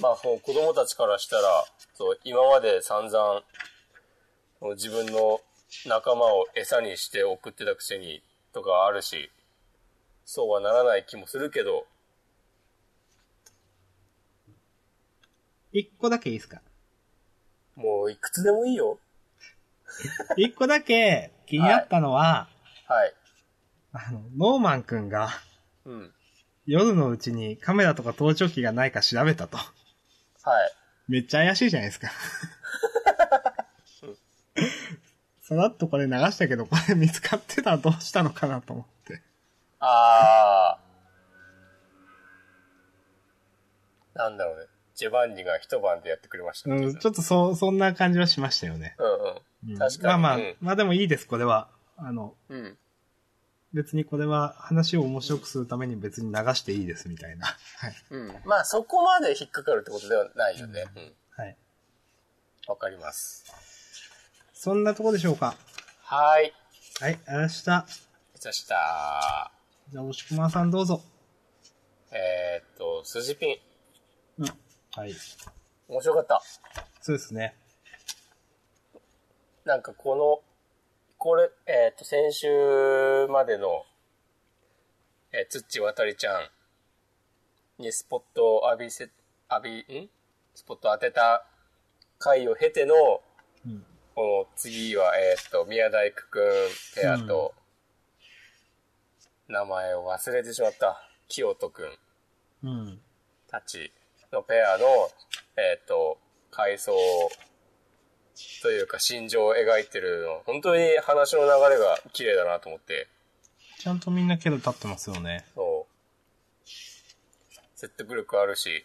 Speaker 1: まあ、もう子供たちからしたら、そう、今まで散々、自分の仲間を餌にして送ってたくせにとかあるし、そうはならない気もするけど、
Speaker 2: 一個だけいいですか
Speaker 1: もういくつでもいいよ。
Speaker 2: 一個だけ気になったのは、
Speaker 1: はい。
Speaker 2: あの、ノーマンくんが
Speaker 1: うん。
Speaker 2: 夜のうちにカメラとか盗聴器がないか調べたと。
Speaker 1: はい。
Speaker 2: めっちゃ怪しいじゃないで すか。さらっとこれ流したけど、これ見つかってたらどうしたのかなと思って。
Speaker 1: あー。なんだろうね。ジェバンニが一晩でやってくれましたっていうう。
Speaker 2: ん、ちょっとそ、そんな感じはしましたよね。
Speaker 1: うん
Speaker 2: う
Speaker 1: うんん。確かに。
Speaker 2: まあまあ、
Speaker 1: うん
Speaker 2: まあでもいいです、これは。あの、
Speaker 1: うん。
Speaker 2: 別にこれは話を面白くするために別に流していいです、みたいな。はい。
Speaker 1: うん。まあそこまで引っかかるってことではないよね。うん。わ、
Speaker 2: はい。
Speaker 1: かります。
Speaker 2: そんなとこでしょうか。
Speaker 1: はーい。
Speaker 2: はい、明日。じゃ
Speaker 1: そした
Speaker 2: あ、押しくまさんどうぞ。
Speaker 1: ら、えー、っと、スジピン。
Speaker 2: うん。はい。
Speaker 1: 面白かった。
Speaker 2: そうですね。
Speaker 1: なんかこの、これ、えーっと、先週までの、えー、つっちわたりちゃんにスポットを浴びせ、浴び、んスポットを当てた回を経ての、
Speaker 2: うん。
Speaker 1: この次は、えーっと、宮大工くんペアと、名前を忘れてしまった、清人くん
Speaker 2: うん。
Speaker 1: たちのペアの、えーっと、回想というか心情を描いてるの、本当に話の流れが綺麗だなと思って、
Speaker 2: ちゃんとみんなキャラ立ってますよね。
Speaker 1: そう。説得力あるし、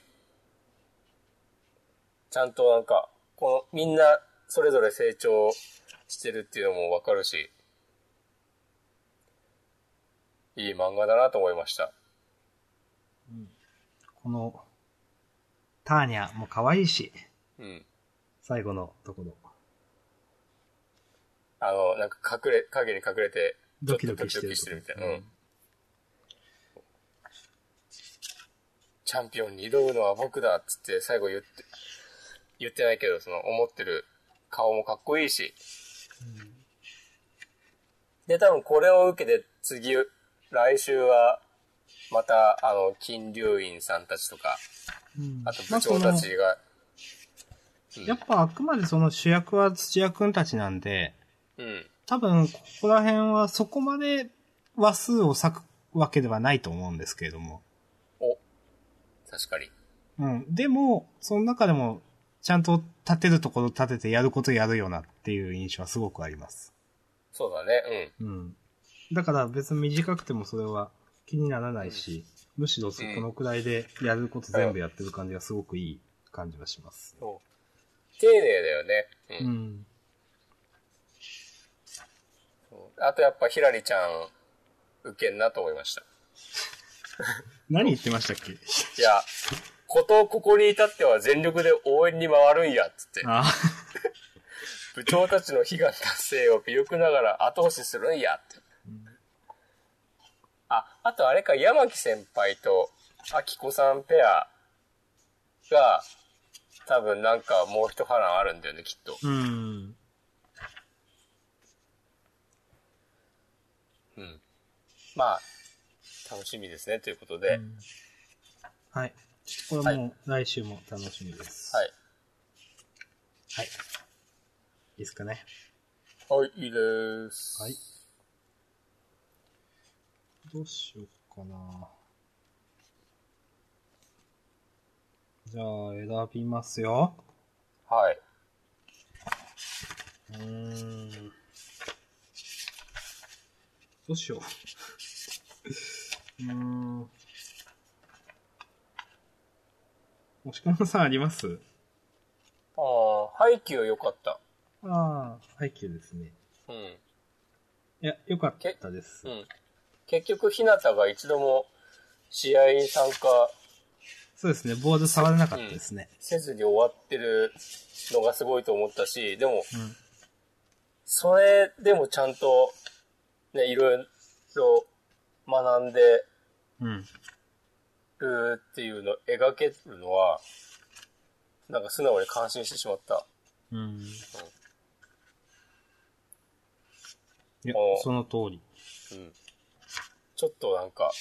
Speaker 1: ちゃんとなんか、この、みんなそれぞれ成長してるっていうのもわかるし、いい漫画だなと思いました。
Speaker 2: この、ターニャも可愛いし、
Speaker 1: うん。
Speaker 2: 最後のところ。
Speaker 1: あの、なんか隠れ、影に隠れて、ちょ
Speaker 2: ド
Speaker 1: っ
Speaker 2: キ
Speaker 1: と
Speaker 2: ド
Speaker 1: ド
Speaker 2: キ
Speaker 1: キ
Speaker 2: して
Speaker 1: ド
Speaker 2: る
Speaker 1: キしてるみたいな。うん。チャンピオンに挑むのは僕だっつって最後言って、言ってないけど、その思ってる顔もかっこいいし。で、多分これを受けて次、来週は、また、あの、金龍院さんたちとか、
Speaker 2: うん
Speaker 1: あと部長たちが、
Speaker 2: やっぱあくまでその主役は土屋くんたちなんで、
Speaker 1: うん、
Speaker 2: 多分ここら辺はそこまで話数を割くわけではないと思うんですけれども。
Speaker 1: お、確かに。
Speaker 2: うん。でも、その中でも、ちゃんと立てるところ立ててやることやるよなっていう印象はすごくあります。
Speaker 1: そうだね、
Speaker 2: うん。だから別に短くてもそれは気にならないし、むしろそこのくらいでやること全部やってる感じがすごくいい感じがします。
Speaker 1: うん。丁寧だよね。うん
Speaker 2: うん。
Speaker 1: あとやっぱひらりちゃん、受けんなと思いました。
Speaker 2: 何言ってましたっけ
Speaker 1: いや、ことここに至っては全力で応援に回るんや、つって。
Speaker 2: あ
Speaker 1: 部長たちの悲願達成を微力ながら後押しするんや、って。あ、あとあれか、山木先輩と、あきこさんペアが、多分なんかもう一波乱あるんだよね、きっと。
Speaker 2: あ。うん。
Speaker 1: うん。まあ、楽しみですね、ということで。
Speaker 2: うんはい。これもう来週も楽しみです。
Speaker 1: はい。
Speaker 2: はい。いいですかね。
Speaker 1: はい、いいです。
Speaker 2: はい。どうしようかな。じゃあ、選びますよ。
Speaker 1: はい。
Speaker 2: うーん。どうしよ う。うーん。もしかもさんあります
Speaker 1: ああ、ハイキュー良かった。
Speaker 2: ああ、ハイキューですね。
Speaker 1: うん。
Speaker 2: いや、良かったです
Speaker 1: う。ん。結局、ひなたが一度も試合に参加
Speaker 2: そうですね、ボード触れなかったですね。
Speaker 1: せずに終わってるのがすごいと思ったし、でも、
Speaker 2: うん
Speaker 1: それでもちゃんと、ね、いろいろ学んで
Speaker 2: うん。
Speaker 1: るっていうのを描けるのは、なんか素直に感心してしまった。
Speaker 2: うん。いや
Speaker 1: お、
Speaker 2: その通り。
Speaker 1: うん。ちょっとなんか、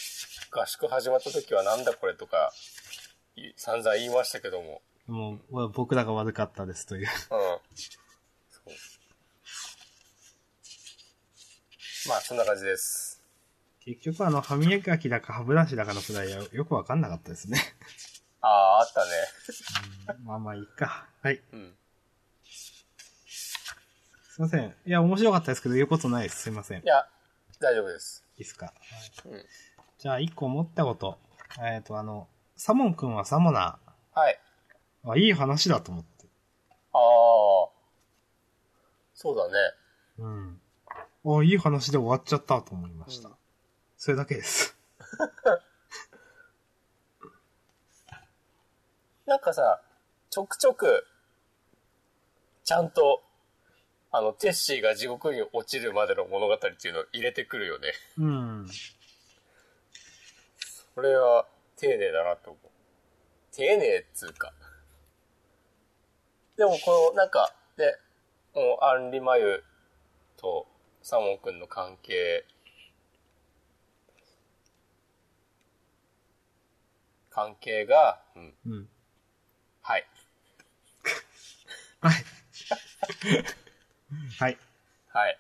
Speaker 1: 合宿始まった時はなんだこれとか、い散々言いましたけども。
Speaker 2: もう、わ僕らが悪かったですという。
Speaker 1: うん。そう。まあ、そんな感じです。
Speaker 2: 結局、あの、歯磨きだか歯ブラシだかのフライヤーよくわかんなかったですね。
Speaker 1: ああ、あったね。
Speaker 2: うんまあまあいいか。はい。
Speaker 1: うん。
Speaker 2: すいません。いや、面白かったですけど、言うことないです。すいません。い
Speaker 1: いや、大丈夫です。
Speaker 2: いですか。はい
Speaker 1: うん。
Speaker 2: じゃあ、一個思ったこと。えっ、と、あの、サモン君はサモナ
Speaker 1: はい。
Speaker 2: ー。あ、いい話だと思って。
Speaker 1: ああ。そうだね。
Speaker 2: うん。あ、いい話で終わっちゃったと思いました。
Speaker 1: うん
Speaker 2: それだけです。
Speaker 1: なんかさ、ちょくちょく、ちゃんと、あの、テッシーが地獄に落ちるまでの物語っていうのを入れてくるよね。
Speaker 2: うん。
Speaker 1: これは、丁寧だなと思う。丁寧っつうか。でも、この、なんか、ね、このアンリ・マユとサモン君の関係、関係が、うん、
Speaker 2: うん。
Speaker 1: はい。
Speaker 2: はい。 はい。
Speaker 1: はい。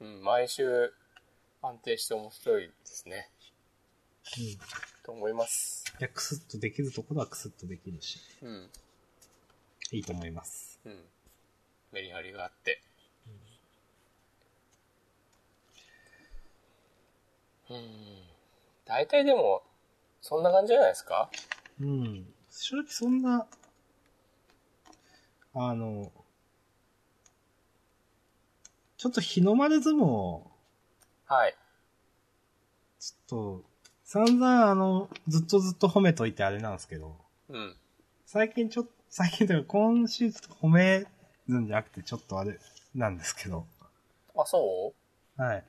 Speaker 1: うん、毎週安定して面白いですね。
Speaker 2: うん。い
Speaker 1: と思います。
Speaker 2: や、クスッとできるところはクスッとできるし、
Speaker 1: うん。
Speaker 2: いいと思います。
Speaker 1: うん。メリハリがあって。うん。大体でも、そんな感じじゃないですか
Speaker 2: うん。正直そんな、あの、ちょっと日の丸相撲を、
Speaker 1: はい。
Speaker 2: ちょっと、散々あの、ずっとずっと褒めといてあれなんですけど、
Speaker 1: うん。
Speaker 2: 最近ちょっと、最近というか今週ちょっと褒めるんじゃなくてちょっとあれなんですけど、
Speaker 1: あ、そ
Speaker 2: はい。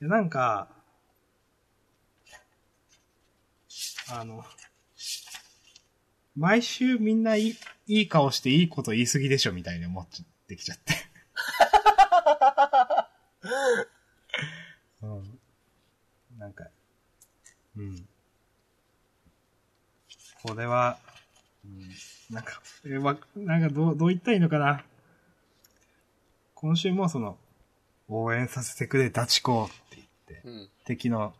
Speaker 2: で、なんか、あの、毎週みんないいいい顔していいこと言い過ぎでしょみたいに思ってきちゃって。うん。なんか、うん。これは、うん、なんか、え、わ、なんかどう、どう言ったらいいのかな。今週もその、応援させてくれ、ダチコって言って
Speaker 1: う、うん。
Speaker 2: 敵の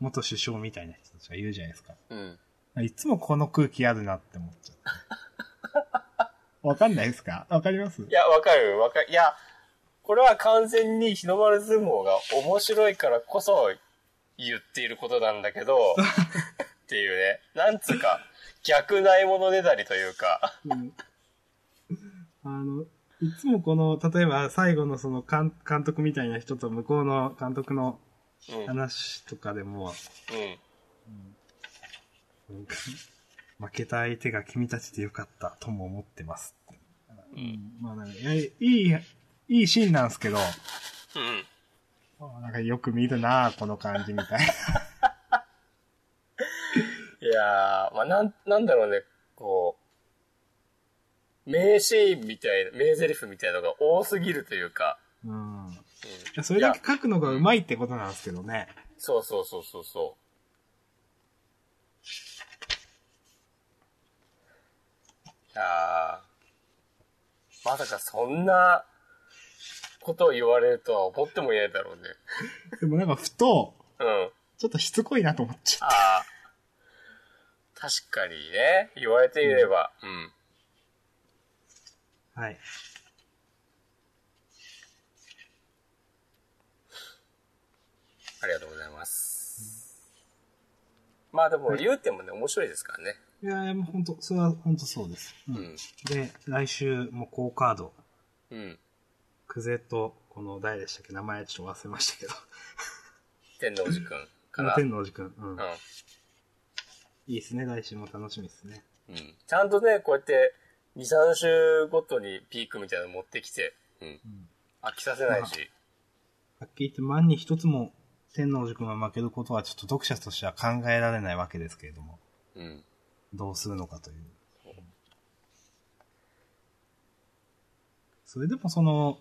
Speaker 2: 元首相みたいな人たちが言うじゃないですか。
Speaker 1: うん。
Speaker 2: いつもこの空気あるなって思っちゃった。 わかんないですかわかります
Speaker 1: いや、わかる、わかる。いや、これは完全に日の丸相撲が面白いからこそ言っていることなんだけ ど、っていうね。なんつうか、逆ないものねだりというか。
Speaker 2: うんあの、いつもこの、例えば最後のその監監督みたいな人と向こうの監督の
Speaker 1: うん。うん。
Speaker 2: 話とかでも、なんか負けた相手が君たちでよかったとも思ってますって。
Speaker 1: うん。
Speaker 2: まあなんか、いやいい、いいシーンなんですけど、
Speaker 1: うん。
Speaker 2: なんかよく見るなあこの感じみたいな。
Speaker 1: いやー、まあ、なん、なんだろうね、こう、名シーンみたいな、名台詞みたいなのが多すぎるというか、
Speaker 2: うん。
Speaker 1: うん
Speaker 2: いやそれだけ書くのがうまいってことなんですけどね。
Speaker 1: そうそうそうそうそう。いやー、まさかそんなことを言われるとは思ってもいないだろうね。
Speaker 2: でもなんかふと、
Speaker 1: うん。
Speaker 2: ちょっとしつこいなと思っちゃ
Speaker 1: ああ。確かにね、言われていれば、うん。
Speaker 2: う。はい。
Speaker 1: ありがとうございます。まあでも、言うてもね、面白いですからね。
Speaker 2: いやいや、もうほんと、それはほんとそうです。う。
Speaker 1: うんん。
Speaker 2: で、来週も高カード
Speaker 1: うん。
Speaker 2: クゼと、この誰でしたっけ名前ちょっと忘れましたけど。
Speaker 1: 天王寺くんかな。
Speaker 2: 天王寺くん。うん。
Speaker 1: うん。
Speaker 2: いいですね。来週も楽しみですね。
Speaker 3: うん。
Speaker 1: ちゃんとね、こうやって、2、3週ごとにピークみたいなの持ってきて、
Speaker 3: うん。
Speaker 2: うん。
Speaker 1: 飽きさせないし。
Speaker 2: はっきり言って、万に一つも天王寺くんが負けることはちょっと読者としては考えられないわけですけれども、
Speaker 3: うん。
Speaker 2: どうするのかという。それでもその、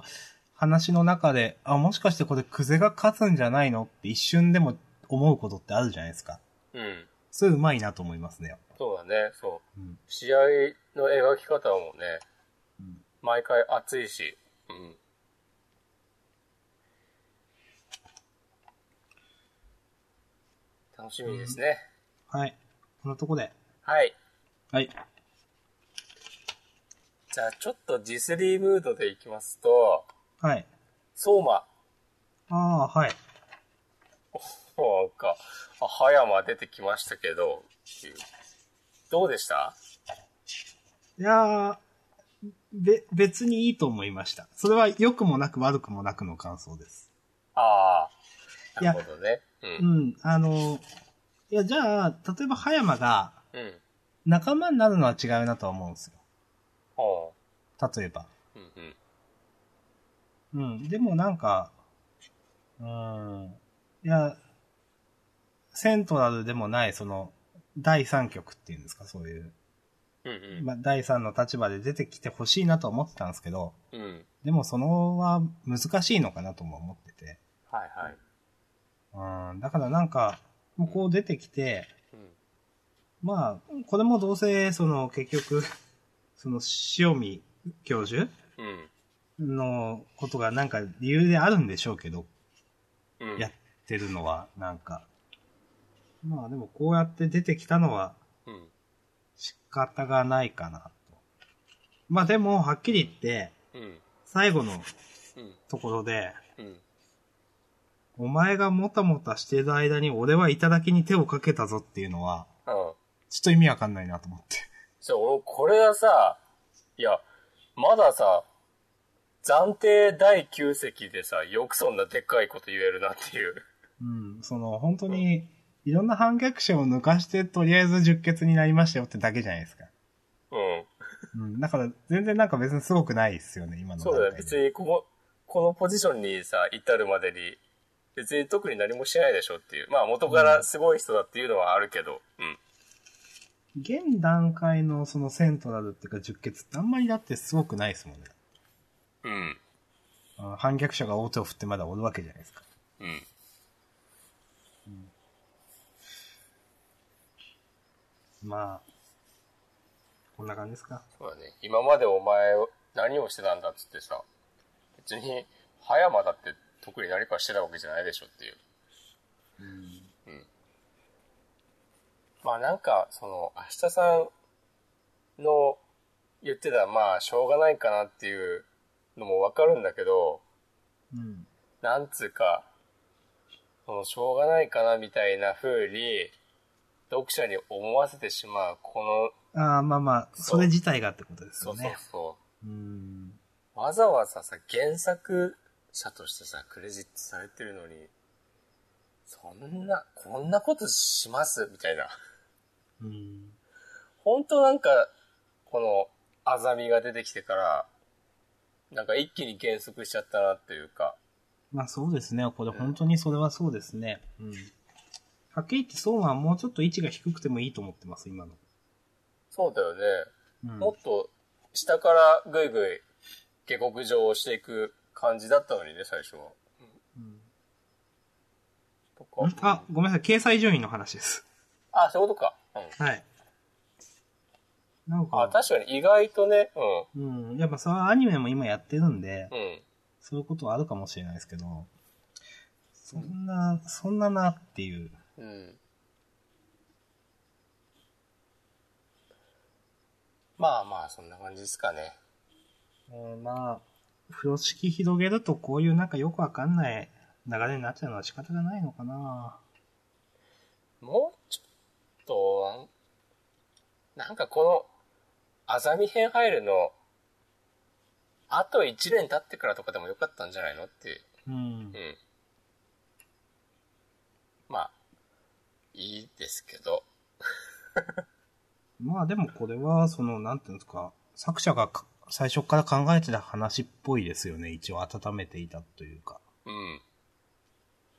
Speaker 2: 話の中で、あ、もしかしてこれクゼが勝つんじゃないのって一瞬でも思うことってあるじゃないですか。
Speaker 1: うん。
Speaker 2: それうまいなと思いますね、やっぱ。
Speaker 1: そうだね、そう。
Speaker 2: うん。
Speaker 1: 試合の描き方もね、
Speaker 2: うん
Speaker 1: 毎回熱いし、
Speaker 3: うん。
Speaker 1: 楽しみですね。
Speaker 2: はい。こんなとこで。
Speaker 1: はい。
Speaker 2: はい。
Speaker 1: じゃあ、ちょっと G3 ムードでいきますと、
Speaker 2: はい。
Speaker 1: 相馬。
Speaker 2: ああ、はい。
Speaker 1: なんか、あ、葉山出てきましたけど、っていうどうでした
Speaker 2: いやー、べ、別にいいと思いました。それは良くもなく悪くもなくの感想です。
Speaker 1: ああ、
Speaker 2: いや
Speaker 1: なるほどね。う。
Speaker 2: うんん、あの、いや、じゃあ、例えば葉山が
Speaker 1: うん。
Speaker 2: 仲間になるのは違うなとは思うんですよ。
Speaker 1: ほ
Speaker 2: 例えば。
Speaker 3: うん。うん。
Speaker 2: うん、でもなんか、うん、いや、セントラルでもない、その、第三局っていうんですか、そういう。
Speaker 1: う。うんうん。
Speaker 2: まあ、第三の立場で出てきてほしいなとは思ってたんですけど、
Speaker 1: うん。
Speaker 2: でもそのは難しいのかなとも思ってて。
Speaker 1: はいはい。
Speaker 2: うん、だからなんか、向こう出てきて、
Speaker 3: うん。
Speaker 2: まあ、これもどうせ、その、結局、その、塩見教授
Speaker 1: うん。
Speaker 2: のことがなんか理由であるんでしょうけど、
Speaker 1: うん。
Speaker 2: やってるのは、なんか。まあでも、こうやって出てきたのは
Speaker 3: うん。
Speaker 2: 仕方がないかなと。まあでも、はっきり言って、
Speaker 3: うん。
Speaker 2: 最後の
Speaker 3: うん。
Speaker 2: ところで、
Speaker 3: うん。
Speaker 2: お前がもたもたしてる間に俺は頂きに手をかけたぞっていうのは、
Speaker 1: うん。
Speaker 2: ちょっと意味わかんないなと思って。
Speaker 1: そう、俺、これがさ、いや、まださ、暫定第9席でさ、よくそんなでっかいこと言えるなっていう。
Speaker 2: うん、その、本当に、いろんな反逆者を抜かして、とりあえず十決になりましたよってだけじゃないですか。
Speaker 1: うん。
Speaker 2: うん、だから、全然なんか別にすごくないですよね、今の
Speaker 1: そうだね。別
Speaker 2: で
Speaker 1: に、ここ、このポジションにさ、至るまでに、別に特に何もしてないでしょっていう。まあ、元からすごい人だっていうのはあるけど。うん。
Speaker 2: 現段階のそのセントラルっていうか十決ってあんまりだってすごくないですもんね。
Speaker 1: うん。
Speaker 2: うん反逆者が大手を振ってまだおるわけじゃないですか。
Speaker 3: うん。
Speaker 2: まあ、こんな感じですか。
Speaker 1: そうだね。今までお前、何をしてたんだっつってさ、別に、葉山だって特に何かしてたわけじゃないでしょっていう。まあなんか、その、明日さんの言ってた、まあ、しょうがないかなっていうのもわかるんだけど、
Speaker 2: うん。
Speaker 1: なんつうか、その、しょうがないかなみたいな風に、読者に思わせてしまう、この、
Speaker 2: ああ、まあまあ、それ自体がってことです
Speaker 1: そ
Speaker 2: よ
Speaker 1: うそう
Speaker 2: ね。
Speaker 1: そう。
Speaker 2: うん。
Speaker 1: わざわざさ、原作者としてさ、クレジットされてるのに、そんな、こんなことしますみたいな。
Speaker 2: うん。
Speaker 1: 本当なんか、この、あざみが出てきてから、なんか一気に減速しちゃったなっていうか。
Speaker 2: まあそうですね。これ本当にそれはそうですね。うん。はっきり言ってそうはもうちょっと位置が低くてもいいと思ってます、今の。
Speaker 1: そうだよね。
Speaker 2: うん。
Speaker 1: もっと、下からぐいぐい、下克上をしていく感じだったのにね、最初は。
Speaker 2: うん
Speaker 1: とか
Speaker 2: あ、ごめんなさい。掲載順位の話です。
Speaker 1: あ、そういうことか。うん。
Speaker 2: はい。なん
Speaker 1: あ、
Speaker 2: か、
Speaker 1: 確かに意外とね、う
Speaker 2: うん。やっぱそれはアニメも今やってるんで、
Speaker 1: ん。うん。
Speaker 2: そういうことはあるかもしれないですけど、そんな、そんななっていう。
Speaker 1: うんまあまあ、そんな感じですかね。
Speaker 2: うん、まあ、風呂敷広げるとこういうなんかよくわかんない流れになっちゃうのは仕方がないのかな
Speaker 1: もうちょっと、なんなんかこの、あざみ編入るの、あと1年経ってからとかでもよかったんじゃないのって、
Speaker 2: うん
Speaker 1: う。ん。まあ、いいですけど、
Speaker 2: まあでもこれは、その、なんていうんですか、作者がか最初から考えてた話っぽいですよね。一応温めていたというか。
Speaker 1: うん。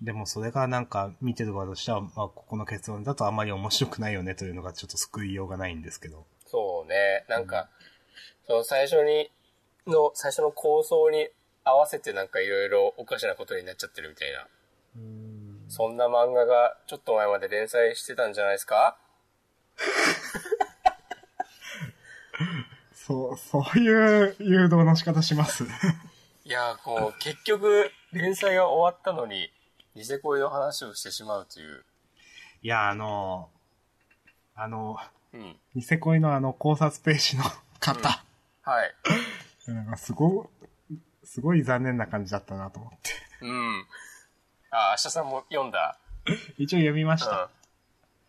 Speaker 2: でもそれがなんか見てる側としては、まあここの結論だとあまり面白くないよねというのがちょっと救いようがないんですけど。
Speaker 1: そうね。なんか、その最初に、の、最初の構想に合わせてなんかいろいろおかしなことになっちゃってるみたいな。
Speaker 2: うん。
Speaker 1: そんな漫画がちょっと前まで連載してたんじゃないですか
Speaker 2: そう、そういう誘導の仕方し ます。
Speaker 1: いやー、こう、結局、連載が終わったのに、ニセ恋の話をしてしまうという。
Speaker 2: いや、あの、あの、
Speaker 1: うん。
Speaker 2: ニセ恋のあの考察ペー ジの方、
Speaker 1: はい。
Speaker 2: なんかすご、すごい残念な感じだったなと思って。
Speaker 1: うん。あー、明日さんも読んだ。
Speaker 2: 一応読みま
Speaker 1: うん
Speaker 2: した。。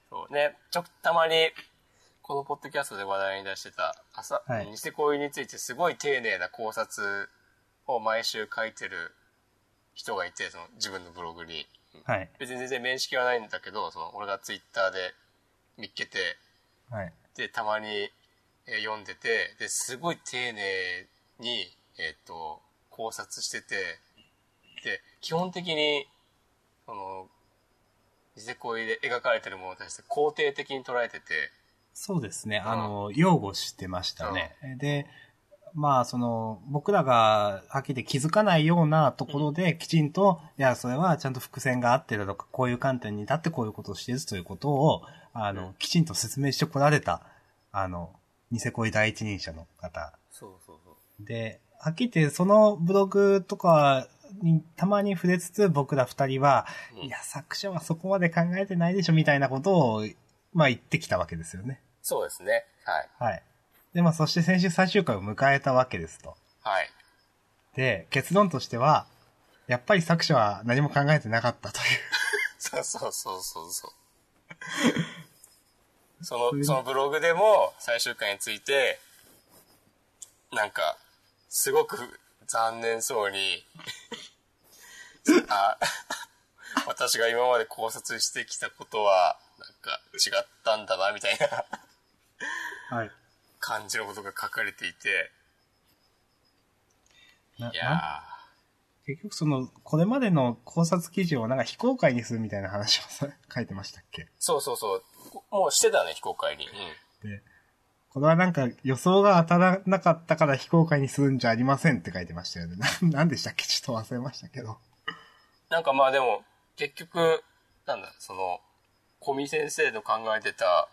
Speaker 1: そうね。ちょ、たまに、このポッドキャストで話題に出してた、朝、
Speaker 2: はい
Speaker 1: ニセ恋についてすごい丁寧な考察を毎週書いてる人がいて、その自分のブログに。
Speaker 2: はい。
Speaker 1: 別に全然面識はないんだけど、その、俺がツイッターで見っけて、
Speaker 2: はい。
Speaker 1: で、たまにえー読んでて、で、すごい丁寧に、えっ、と、考察してて、で、基本的に、その、ニセ恋で描かれてるものに対して肯定的に捉えてて、
Speaker 2: そうですね。あの、擁護してましたね。で、まあ、その、僕らが、はっきり気づかないようなところで、きちんと、いや、それはちゃんと伏線があってだとか、こういう観点に立ってこういうことをしてるということを、あの、
Speaker 1: うん
Speaker 2: きちんと説明してこられた、あの、ニセ恋第一人者の方
Speaker 1: そうそうそう。
Speaker 2: で、はっきり言って、そのブログとかにたまに触れつつ、僕ら二人は、
Speaker 1: うん
Speaker 2: いや、作者はそこまで考えてないでしょ、みたいなことを、まあ言ってきたわけですよね。
Speaker 1: そうですね。はい。
Speaker 2: はい。で、まあ、そして先週最終回を迎えたわけですと。
Speaker 1: はい。
Speaker 2: で、結論としては、やっぱり作者は何も考えてなかったという。
Speaker 1: そうそうそうそう そう。その、そのブログでも最終回について、なんか、すごく残念そうに、あ、 私が今まで考察してきたことは、なんか違ったんだな、みたいな
Speaker 2: はい。
Speaker 1: 感じのことが書かれていて、
Speaker 2: ない
Speaker 1: や
Speaker 2: 結局その、これまでの考察記事をなんか非公開にするみたいな話をさ 書いてましたっけ
Speaker 1: ー、そうそうそう、もうしてたね、非公開に。うん。
Speaker 2: で、これはなんか予想が当たらなかったから非公開にするんじゃありませんって書いてましたよね。 な、なんでしたっけちょっと忘れましたけど。
Speaker 1: なんかまあでも、結局、なんだ、その、小見先生の考えてた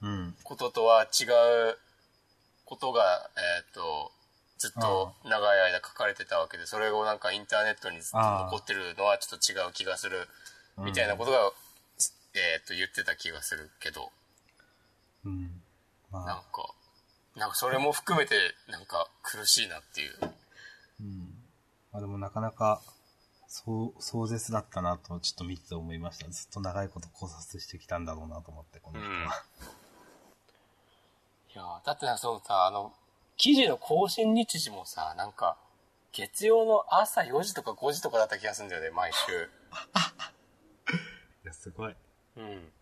Speaker 2: うん。
Speaker 1: こととは違うことが、えっ、と、ずっと長い間書かれてたわけで、それをなんかインターネットにずっと
Speaker 2: ああ
Speaker 1: 残ってるのはちょっと違う気がする、みたいなことが、えっ、と、言ってた気がするけど、
Speaker 2: うん。ま
Speaker 1: なん
Speaker 2: あ、
Speaker 1: か、なんかそれも含めて、なんか苦しいなっていう。
Speaker 2: うん。まあでもなかなか、そう、壮絶だったなと、ちょっと見てて思いました。ずっと長いこと考察してきたんだろうなと思って、この人は。
Speaker 1: いやーだってなんかそのさ、あの、記事の更新日時もさ、なんか、月曜の朝4時とか5時とかだった気がするんだよね、毎週。
Speaker 2: いや、すごい。
Speaker 1: うん。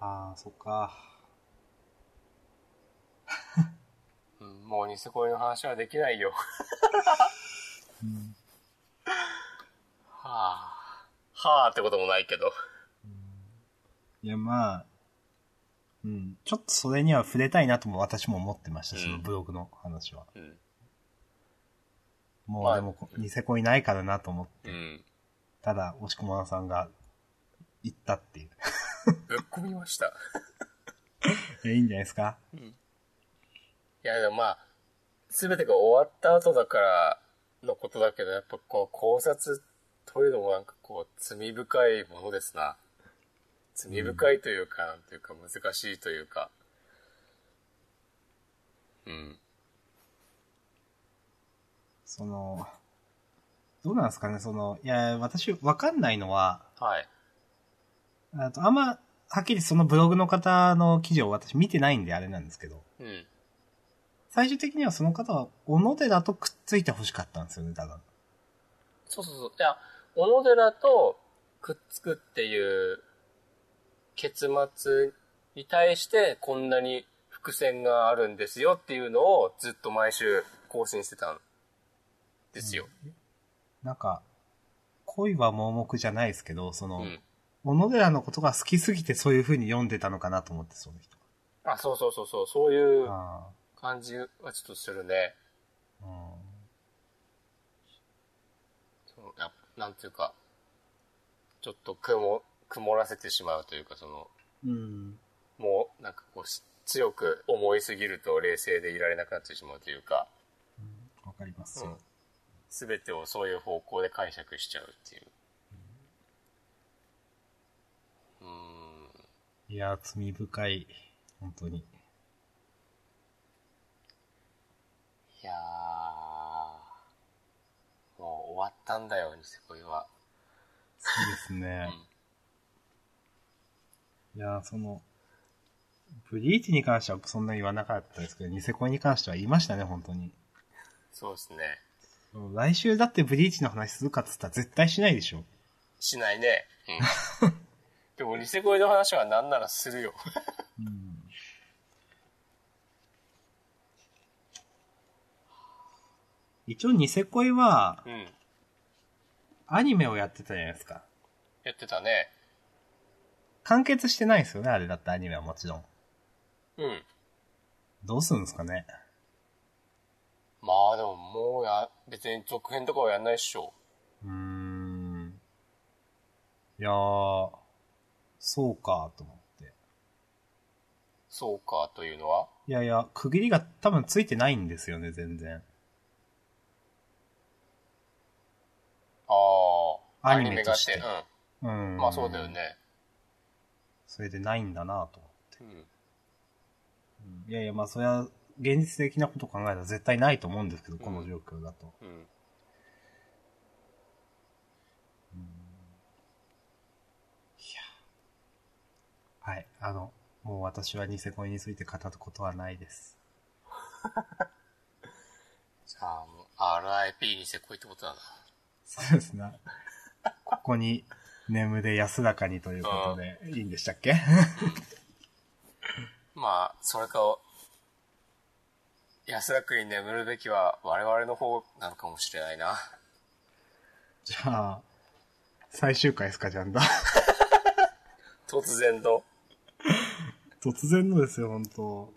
Speaker 2: ああ、そっか。
Speaker 1: うん、もうニセ恋の話はできないよ。
Speaker 2: うん。
Speaker 1: はあ。はあってこともないけど。
Speaker 2: いや、まあ、うん。ちょっとそれには触れたいなとも私も思ってました、そのブログの話は。
Speaker 1: うん。
Speaker 2: も
Speaker 1: ま
Speaker 2: う
Speaker 1: あ
Speaker 2: でも、ニセコいないからなと思って、
Speaker 1: うん。
Speaker 2: ただ、押し込まさんが、行ったっていう。
Speaker 1: ぶっ込みました。
Speaker 2: え、いいんじゃないですか
Speaker 1: いや、でもまあ、すべてが終わった後だからのことだけど、やっぱこの考察というのもなんかこう、罪深いものですな。罪深いというか、なんていうか難しいというか。うん。
Speaker 2: その、どうなんですかね、その、いや、私、わかんないのは、
Speaker 1: はい。
Speaker 2: あとあんま、はっきりそのブログの方の記事を私見てないんであれなんですけど、
Speaker 1: うん。
Speaker 2: 最終的にはその方は、小野寺とくっついて欲しかったんですよね、だが。
Speaker 1: そうそうそう。いや、小野寺とくっつくっていう結末に対してこんなに伏線があるんですよっていうのをずっと毎週更新してたんですよ。
Speaker 2: なんか、恋は盲目じゃないですけど、その、
Speaker 1: うん。
Speaker 2: 小野寺のことが好きすぎてそういう風に読んでたのかなと思って、その人
Speaker 1: あ、そうそうそうそう。そういう
Speaker 2: は。
Speaker 1: 感じはちょっとするね。
Speaker 2: ああ、うん。
Speaker 1: そうやなんていうか、ちょっと曇曇らせてしまうというか、その、
Speaker 2: うん。
Speaker 1: もうなんかこうし強く思いすぎると冷静でいられなくなってしまうというか、
Speaker 2: わかりますよ。
Speaker 1: すべてをそういう方向で解釈しちゃうっていう。うーん。
Speaker 2: いやー、罪深い。本当に。
Speaker 1: いやー、もう終わったんだよ、ニセ恋は。
Speaker 2: そうです
Speaker 1: う
Speaker 2: ね。
Speaker 1: ん
Speaker 2: いやー、その、ブリーチに関してはそんな言わなかったですけど、ニセコに関しては言いましたね、本当に。
Speaker 1: そうですね。
Speaker 2: 来週だってブリーチの話するかっつったら絶対しないでしょ。
Speaker 1: しないね。うん。 でもニセ恋の話はなんならするよ。
Speaker 2: うん。一応ニセ恋は
Speaker 1: う、ん。
Speaker 2: アニメをやってたじゃないですか。
Speaker 1: やってたね。
Speaker 2: 完結してないですよね、あれだってアニメはもちろん。
Speaker 1: うん。
Speaker 2: どうするんですかね。
Speaker 1: まあでももうや、別に続編とかはやんないっしょ。
Speaker 2: うーん。いやー、そうか、と思って。
Speaker 1: そうか、というのはい
Speaker 2: やいや、区切りが多分ついてないんですよね、全然。
Speaker 1: ああ。
Speaker 2: アニメとして
Speaker 1: アニメがあっ
Speaker 2: う。
Speaker 1: うんん。まあそうだよ。ね。
Speaker 2: それでないんだなと思って。
Speaker 1: うん。
Speaker 2: いやいや、まあそれは現実的なことを考えたら絶対ないと思うんですけど、
Speaker 1: ん
Speaker 2: この状況だと。
Speaker 1: うん。
Speaker 2: はい。あの、もう私はニセコイについて語ることはないです。
Speaker 1: じゃあ、もう RIP にしてこいってことだな。
Speaker 2: そうです ね。ここに、眠で安らかにということで、いいんでしたっけ
Speaker 1: まあ、それか、安らくに眠るべきは我々の方なのかもしれない な。
Speaker 2: じゃあ、最終回ですか、ジャンダ。
Speaker 1: 突然の。
Speaker 2: 突然のですよ、本当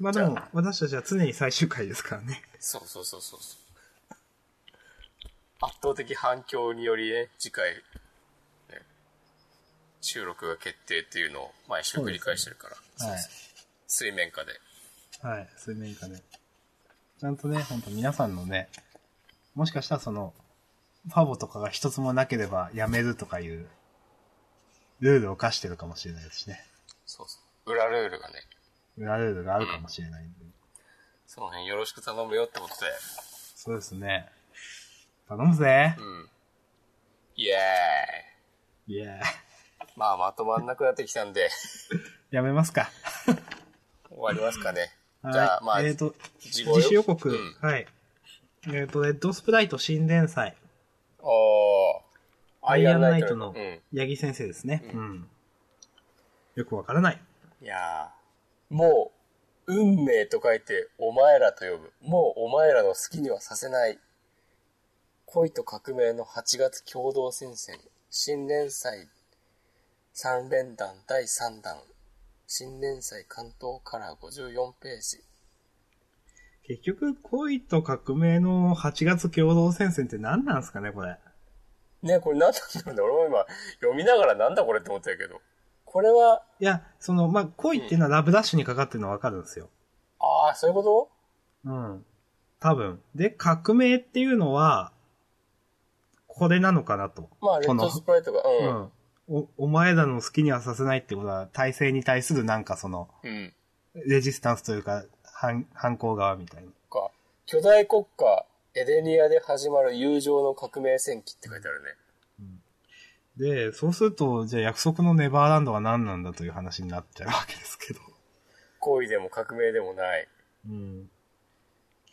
Speaker 2: まあでも
Speaker 1: じゃ、
Speaker 2: 私たちは常に最終回ですからね。
Speaker 1: そうそうそうそうそう。圧倒的反響によりね、次回、ね、収録が決定っていうのを毎週繰り返してるから。
Speaker 2: はい。
Speaker 1: 水面下で。
Speaker 2: はい、水面下で。ちゃんとね、ほんと皆さんのね、もしかしたらその、ファボとかが一つもなければやめるとかいう、ルールを課してるかもしれないですしね。
Speaker 1: そうそう。裏ルールがね、
Speaker 2: 裏ルールがあるかもしれないんで。
Speaker 1: その辺よろしく頼むよってことで。
Speaker 2: そうですね。頼むぜ
Speaker 1: う。ん。イエーイ。
Speaker 2: いや
Speaker 1: まあ、まとまんなくなってきたん で。
Speaker 2: やめますか。
Speaker 1: 終わりますかね。じゃあ、ま
Speaker 2: は
Speaker 1: あ、
Speaker 2: いえっ、と、
Speaker 1: 自
Speaker 2: 自主予告。
Speaker 1: うん、
Speaker 2: はい。えっ、と、レッドスプライト新連載。
Speaker 1: おー
Speaker 2: アイアンナイト
Speaker 1: う
Speaker 2: の
Speaker 1: ん。
Speaker 2: 八木先生ですね。
Speaker 1: うん
Speaker 2: うん、よくわからない。
Speaker 1: いやーもう、運命と書いて、お前らと呼ぶ。もうお前らの好きにはさせない。恋と革命の8月共同戦線。新連載3連弾第3弾。新連載関東カラー54ページ。
Speaker 2: 結局、恋と革命の8月共同戦線って何なんですかね、これ。
Speaker 1: ねこれ何なんだろうね。俺も今、読みながらなんだこれって思ったけど。これは、
Speaker 2: いや、その、まあ、恋っていうのはラブダッシュにかかってるのはわかるんですよ。
Speaker 1: ああ、そういうこと
Speaker 2: うん。多分。で、革命っていうのは、これなのかなと。
Speaker 1: まあ、レ
Speaker 2: こ
Speaker 1: ッド
Speaker 2: の
Speaker 1: スプライトが、
Speaker 2: う。
Speaker 1: うん
Speaker 2: お、お前らの好きにはさせないってことは、体制に対するなんかその、
Speaker 1: ん。うん。
Speaker 2: レジスタンスというか、反、反抗側みたいな。
Speaker 1: か。巨大国家、エデニアで始まる友情の革命戦記って書いてあるね。
Speaker 2: で、そうすると、じゃあ約束のネバーランドは何なんだという話になっちゃうわけですけど。
Speaker 1: 恋でも革命でもない。
Speaker 2: うん。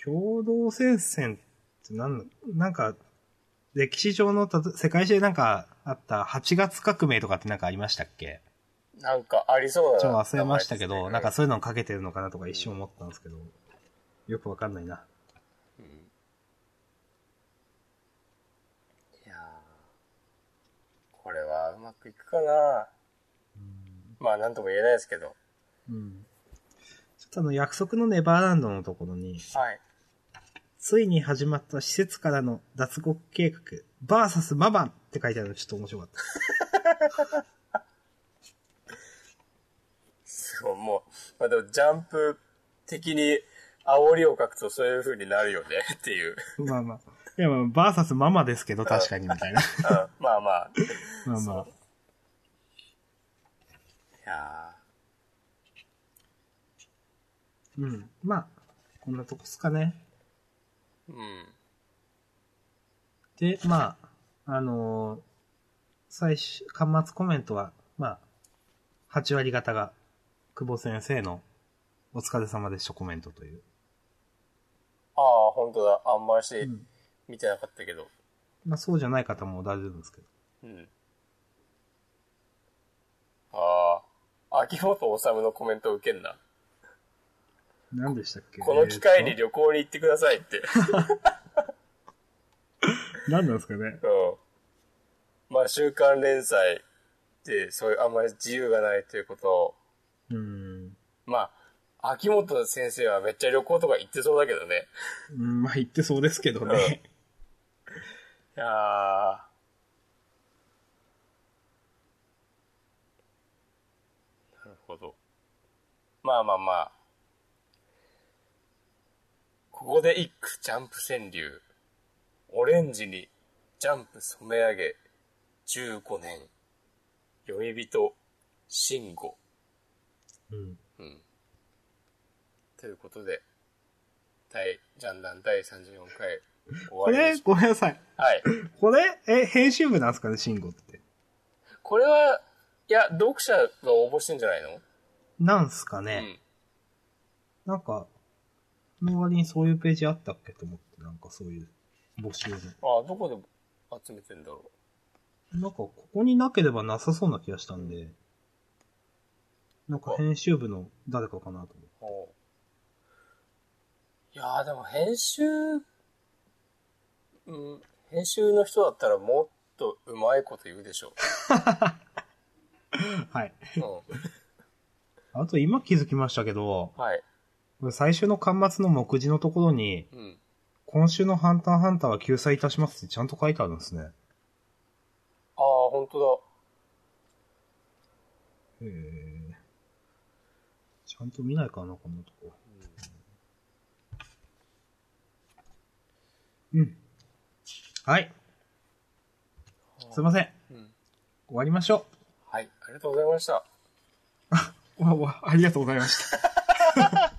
Speaker 2: 共同戦線ってなん、なんか、歴史上のたと、世界史でなんかあった8月革命とかってなんかありましたっけ
Speaker 1: なんかありそうな。
Speaker 2: ちょっと忘れましたけど、なんか
Speaker 1: そ
Speaker 2: そういうのをかけてるのかなとか一瞬思ったんですけど、よくわかんないな。
Speaker 1: うん。いやーこれはうまくいくかなまあ、なんとも言えないですけど。
Speaker 2: うん。ちょっとあの、約束のネバーランドのところに、
Speaker 1: はい。
Speaker 2: ついに始まった施設からの脱獄計画、バーサスママンって書いてあるのちょっと面白かった。
Speaker 1: そう、もう、まあでも、ジャンプ的に煽りを書くとそういう風になるよねって いう。
Speaker 2: まあまあ。いやまあ、バーサスママですけど、確かに、みたい な。
Speaker 1: うん、まあまあ。い
Speaker 2: まあまあ。
Speaker 1: や
Speaker 2: うん。まあ、こんなとこっすかね。
Speaker 1: ーうん。
Speaker 2: で、まあ、あのー最終、端末コメントは、まあ、8割方が、久保先生の、お疲れ様でしたコメントという。
Speaker 1: ああ、本当だ。あんまし
Speaker 2: うん。
Speaker 1: 見てなかったけど。
Speaker 2: まあ、そうじゃない方も大丈夫ですけど。
Speaker 1: うん。ああ、秋元治のコメントを受けんな。
Speaker 2: 何でしたっけ
Speaker 1: この機会に旅行に行ってくださいって。
Speaker 2: 何なんですかね。
Speaker 1: うん。まあ、週刊連載って、そういうあんまり自由がないということを、
Speaker 2: うん。
Speaker 1: まあ、秋元先生はめっちゃ旅行とか行ってそうだけどね。
Speaker 2: うん、まあ、言ってそうですけどね。
Speaker 1: いやーなるほど。まあまあまあ。ここで一句ジャンプ川柳。オレンジにジャンプ染め上げ、15年。読み人、慎吾。
Speaker 2: うん。
Speaker 1: うん。ということで、第、ジャンダン第34回終
Speaker 2: こ
Speaker 1: わりで
Speaker 2: れ、
Speaker 1: す。
Speaker 2: ごめんなさい。
Speaker 1: はい。
Speaker 2: これ、え、編集部なんですかね、慎吾って。
Speaker 1: これは、いや、読者が応募してんじゃないの
Speaker 2: なんすかね。なんか、その割にそういうページあったっけと思って、なんかそういう募集の。
Speaker 1: うん。ああ、どこで集めてんだろ
Speaker 2: なんか、ここになければなさそうな気がしたんで、なんか編集部の誰かかなと思
Speaker 1: う。ほういやー、でも編集、うん、編集の人だったらもっとうまいこと言うでしょ
Speaker 2: って。はい。
Speaker 1: う。うん。
Speaker 2: あと今気づきましたけど、
Speaker 1: はい。
Speaker 2: これ最終の端末の目次のところに、
Speaker 1: うん。
Speaker 2: 今週のハンターハンターは救済いたしますってちゃんと書いてあるんですね。
Speaker 1: ああ、本当
Speaker 2: へえ。ちゃんと見ないかな、こんなとこ。うん。はい。すいません。
Speaker 1: だ。うん。
Speaker 2: 終わりましょ
Speaker 1: はい。ありがとうございました。
Speaker 2: う。わわ、ありがとうございました。